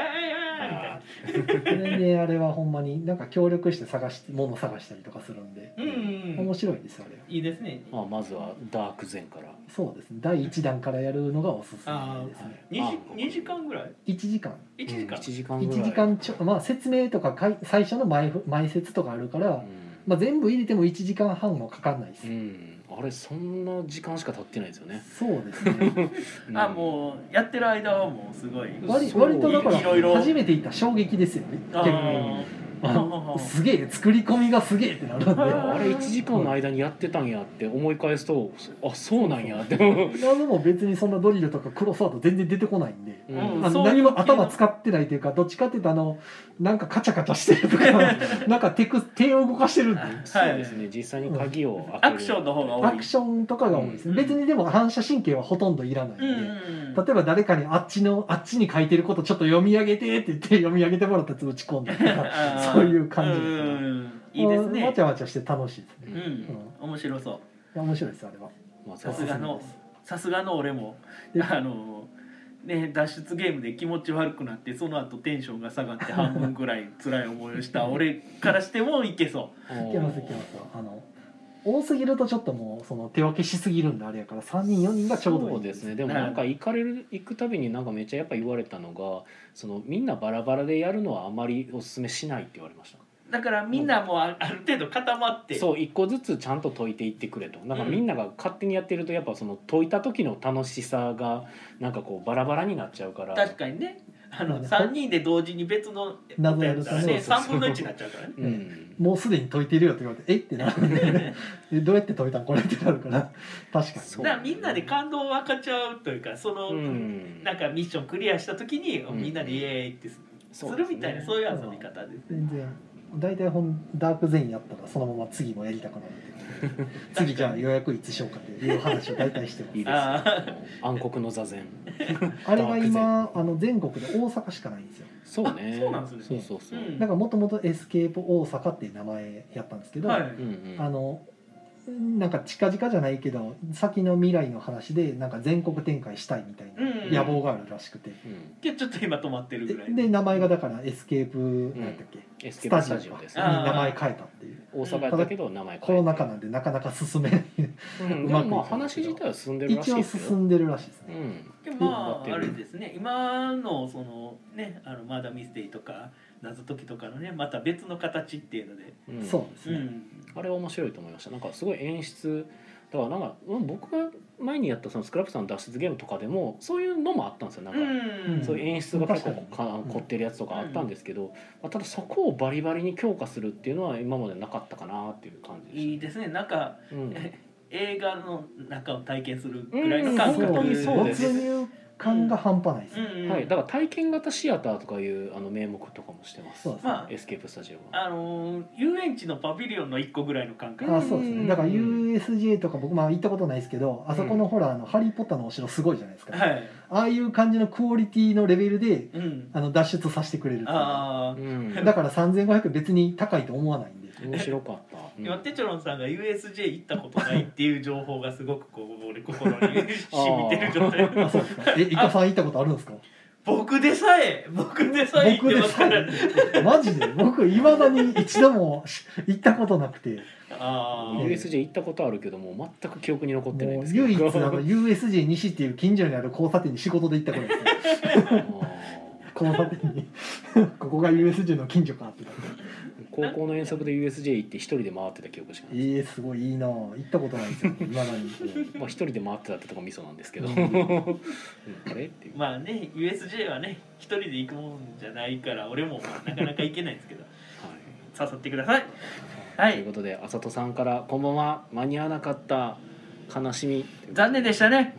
S3: あ
S1: はいはい
S2: それであれはほんまになんか協力して探し物探したりとかするんで
S3: うんうんう
S2: 面
S3: ん
S2: 白いですよあれはい
S3: いですね
S1: まあ、まずはダーク前から
S2: そうですね第1弾からやるのがおすすめですね
S3: 二時
S1: あ
S3: 二時間ぐらい
S2: 1時間
S3: 一時
S1: う
S3: 間
S1: ん一時間ぐらい
S2: 1時間ちょまあ説明とかかい最初の前ふ前説とかあるから、
S1: う
S2: まあ、全部入れても1時間半もかかんないです、
S1: ん、うん、あれそんな時間しか経ってないですよね、
S2: そうです ね
S3: あ
S1: う
S3: もうやってる間はもうすごい
S2: 割
S1: そう
S2: 割とだから
S3: いろいろ
S2: 初めて行った衝撃ですよね
S3: あ
S2: 結
S1: ん
S2: 構
S3: ー
S2: あのすげえ作り込みがすげえってなるんで
S1: いやあれ1時間の間にやってたんやって思い返すとあそうなんやって思う
S2: 謎も別にそんなドリルとかクロスアート全然出てこないんで
S1: う
S3: うん
S1: ん
S2: あの
S3: そういう
S2: 何も
S3: 系の
S2: 頭使ってないというかどっちかっていうとあのなんかカチャカチャしてると かなんか手く手を動かしてるんで
S1: そうですね実際に鍵を開ける
S3: アクションの方が多い
S2: アクションとかが多いですね
S3: うん
S2: 別にでも反射神経はほとんどいらないんで、
S3: うんうんう
S2: 例
S3: ん
S2: えば誰かにあっちのあっちに書いてることちょっと読み上げてって言って読み上げてもらったやつ打ち込んだりとか
S3: あー
S2: そういう感じ
S3: う
S2: ですね
S3: んいいです
S2: もうわ
S3: ね
S2: ちゃわちゃして楽しいですね
S3: う
S1: うん
S3: ん面白そう
S2: いや面白いですあれは
S1: まあそ
S3: さ
S1: う
S3: すがのさすがの俺も
S2: で
S3: あのね脱出ゲームで気持ち悪くなってその後テンションが下がって半分ぐらい辛い思いをした俺からしてもいけそ
S2: いけますいけますあの多すぎるとちょっともうその手分けしすぎるんであれやから3人4人がちょうどい
S1: そ
S2: いう
S1: ですねでもなんか行かれる行くたびになんかめっちゃやっぱ言われたのがそのみんなバラバラでやるのはあまりおすすめしないって言われました
S3: うだからみんなもうあある程度固まって
S1: そう一個ずつちゃんと解いていってくれとなんかみんなが勝手にやってるとやっぱその解いた時の楽しさがなんかこうバラバラになっちゃうから
S3: 確かにねあ
S2: まあ
S3: の
S2: ね
S3: 3人で同時に別の
S2: 謎やるとね
S3: やったらね
S1: そうそうそう
S3: 3分の1になっちゃうから ね
S1: うん
S2: もうすでに解いてるよって言われて「えっ?」てなるん でえどうやって解いたんこれってなるから確かに
S1: そ
S3: だ
S1: う
S3: からみんなで感動を分かっちゃうというかその、
S1: うん
S3: なんかミッションクリアした時に、
S1: ん
S3: みんなでイエーイってすす
S1: そうで
S3: る
S1: すね
S3: みたいなそういう遊び方ですね
S2: 全然大体ほんダーク前夜やったらそのまま次もやりたくなるん で次じゃあ予約いつしようかっていう話を大体してま
S1: いいです
S2: す
S3: あー
S1: ね暗黒の座禅
S2: あれが今あの全国で大阪しかないんですよ
S1: そうね
S3: あそうなんです
S2: ね
S1: そうそうそう、
S3: うん
S2: だからもともとエスケープ大阪っていう名前やったんですけど、
S3: はい、
S1: うんうん
S2: あのなんか近々じゃないけど先の未来の話でなんか全国展開したいみたい
S3: うん
S2: な野望があるらしくて、
S1: うん
S3: けどちょっと今止まってるぐらい
S2: で名前がだからエスケープなんだっけ、
S1: エスケ
S2: ス
S1: ー
S2: タ
S1: プス
S2: ジ
S1: タ
S2: オに
S1: ジオです
S3: あー
S1: ね
S2: 名前変えたっていう
S1: 大阪やったけど名前
S2: コ
S1: 変え
S2: ロ
S1: て
S2: ナ禍なんでなかなか 進めない
S1: うん
S2: う
S1: でも
S2: まくいかない
S1: まあ話自体は進んでるらし
S2: 一
S1: いで
S2: 応
S1: すよ
S2: 進んでるらしいです
S1: う
S2: ね、
S1: ん
S3: で
S1: 頑張っ
S3: ま
S1: て
S3: あ
S1: る
S3: あれですね今のそのねあのマーダーミステリーとか謎解きとかのねまた別の形っていうので、
S1: うん
S2: そうです
S3: う
S2: ね、
S3: ん、
S1: あれは面白いと思いましたなんかすごい演出だからなんかうん僕が前にやったそのスクラップさんの脱出ゲームとかでもそういうのもあったんですよなんか、
S3: うん
S1: そういう演出が結構
S2: うん
S1: か凝ってるやつとかあったんですけど、まあ、ただそこをバリバリに強化するっていうのは今までなかったかなっていう感じで
S3: いいですねなんか
S1: す、うん、
S3: 映画の中を体験するぐらいの感覚
S1: うん本当にそうです
S2: 没入感が半端ないです
S3: う
S2: ね、
S3: んうん
S1: はい、だから体験型シアターとかいうあの名目とかもしてます
S2: そうですね、
S3: まあ
S1: エスケープスタジオは。
S3: あのー遊園地のパビリオンの一個ぐらいの感覚
S1: ん
S2: あそうですねだから USJ とか僕まあ行ったことないですけどあそこのほらあの「ハリー・ポッター」のお城すごいじゃないですか、
S3: はい、
S2: ああいう感じのクオリティのレベルで
S3: うん、
S2: あの脱出させてくれるっていう
S3: ああ
S1: うん、
S2: だから3500別に高いと思わない んで
S1: 面白かった。う ん
S3: 今テチョロンさんが USJ 行ったことないっていう情報がすごくこう俺心に染みてる状態
S2: あそうですかえイカさん行ったことあるんですか
S3: 僕でさえ僕でさえ言
S2: 僕
S3: って
S2: で
S3: ますか
S2: さ
S3: ら
S2: えマジで僕いまだに一度もし行ったことなくて
S3: ああ
S1: USJ 行ったことあるけども全く記憶に残ってないん
S2: も
S1: で
S2: う
S1: すけど
S2: 唯一 あの USJ 西っていう近所にある交差点に仕事で行ったことですね交差点に ここが USJ の近所かって
S1: 高校の遠足で USJ 行って一人で回ってた記憶しかないです、
S2: ええすごいいいなあ行ったことないですよいまだに
S1: まあ、一人で回ってたってとこミソなんですけど、
S2: う
S1: うんん、あれっていう、
S3: まあね USJ はね一人で行くもんじゃないから俺もまあなかなか行けないんですけど
S1: は
S3: 誘ってください
S1: い
S3: は
S1: という
S3: い
S1: ことであさとさんから「こんばんは間に合わなかった悲しみ」
S3: 残念でしたね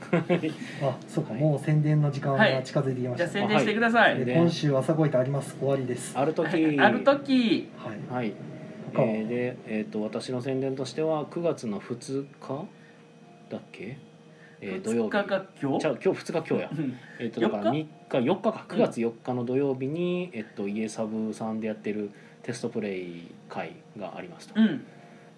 S2: あそうか、
S1: はい
S2: もう宣伝の時間が近づいてきま
S3: じゃ
S2: し
S3: あ
S2: た、
S3: 宣伝してくださ
S1: はい
S3: い、
S2: で今週朝ごいてあります終わりですは
S1: ある時
S3: ある時
S2: い
S1: はい
S2: 他は
S1: えーで、えー、と私の宣伝としては9月の2日だっけ、えー土
S3: 2
S1: 曜日
S3: 日が今
S1: ちゃ
S3: 日
S1: う今日2日今日や、えー、とだから3
S3: 4
S1: 日4日か9月4日の土曜日に、えっと家サブさんでやってるテストプレイ会がありますと、
S3: うん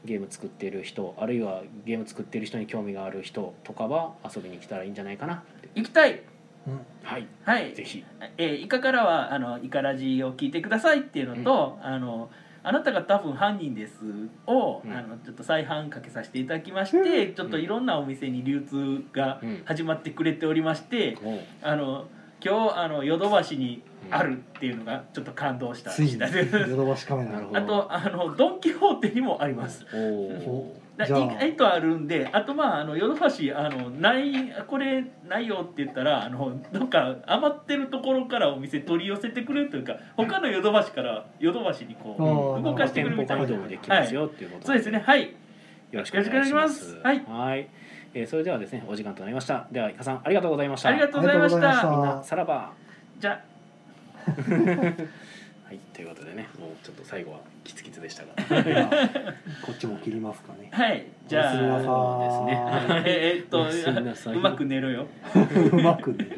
S1: ゲーム作ってる人あるいはゲーム作ってる人に興味がある人とかは遊びに来たらいいんじゃないかなって
S3: 行きたい
S2: うん
S1: はい
S3: はい
S1: ぜひ
S3: えーイカからはあのイカラジを聞いてくださいっていうのと、あのあなたが多分犯人ですを、
S1: うん
S3: あのちょっと再販かけさせていただきまして、ちょっといろんなお店に流通が
S1: うん
S3: 始まってくれておりまして、
S1: おう
S3: あの今日あのヨドバシにあるっていうのがちょっと感動した
S2: ついに
S3: 次第です
S2: ヨドバシカメラ
S1: なるほど
S3: あとあのドン・キホーテにもあります。
S1: おお
S3: だ意
S2: じゃあ
S3: 外とあるんであとまああのヨドバシあのないこれないよって言ったらあのどっか余ってるところからお店取り寄せてくれるというか他のヨドバシからヨドバシにこう、
S2: あー
S3: 動かして
S1: 店
S3: くる
S1: 舗間
S3: みたいな
S1: 移動もできますよっていうこと
S3: そうですねはい
S1: よろしくお願いします
S3: よろしくお願いし
S1: はいえーそれではですねお時間となりましたではイカさんありがとうございました
S3: ありがとうございまし
S2: ありがとうございましたた
S1: みんなさらば
S3: じゃ
S1: はいということでねもうちょっと最後はキツキツでしたが
S2: こっちも切りますかね
S3: あはいじゃ
S2: おやすみなさい
S3: あ
S1: そうですね
S3: えーえーっ
S1: おやすみな
S3: と
S1: さいう
S3: まく寝ろよ
S2: うまく寝る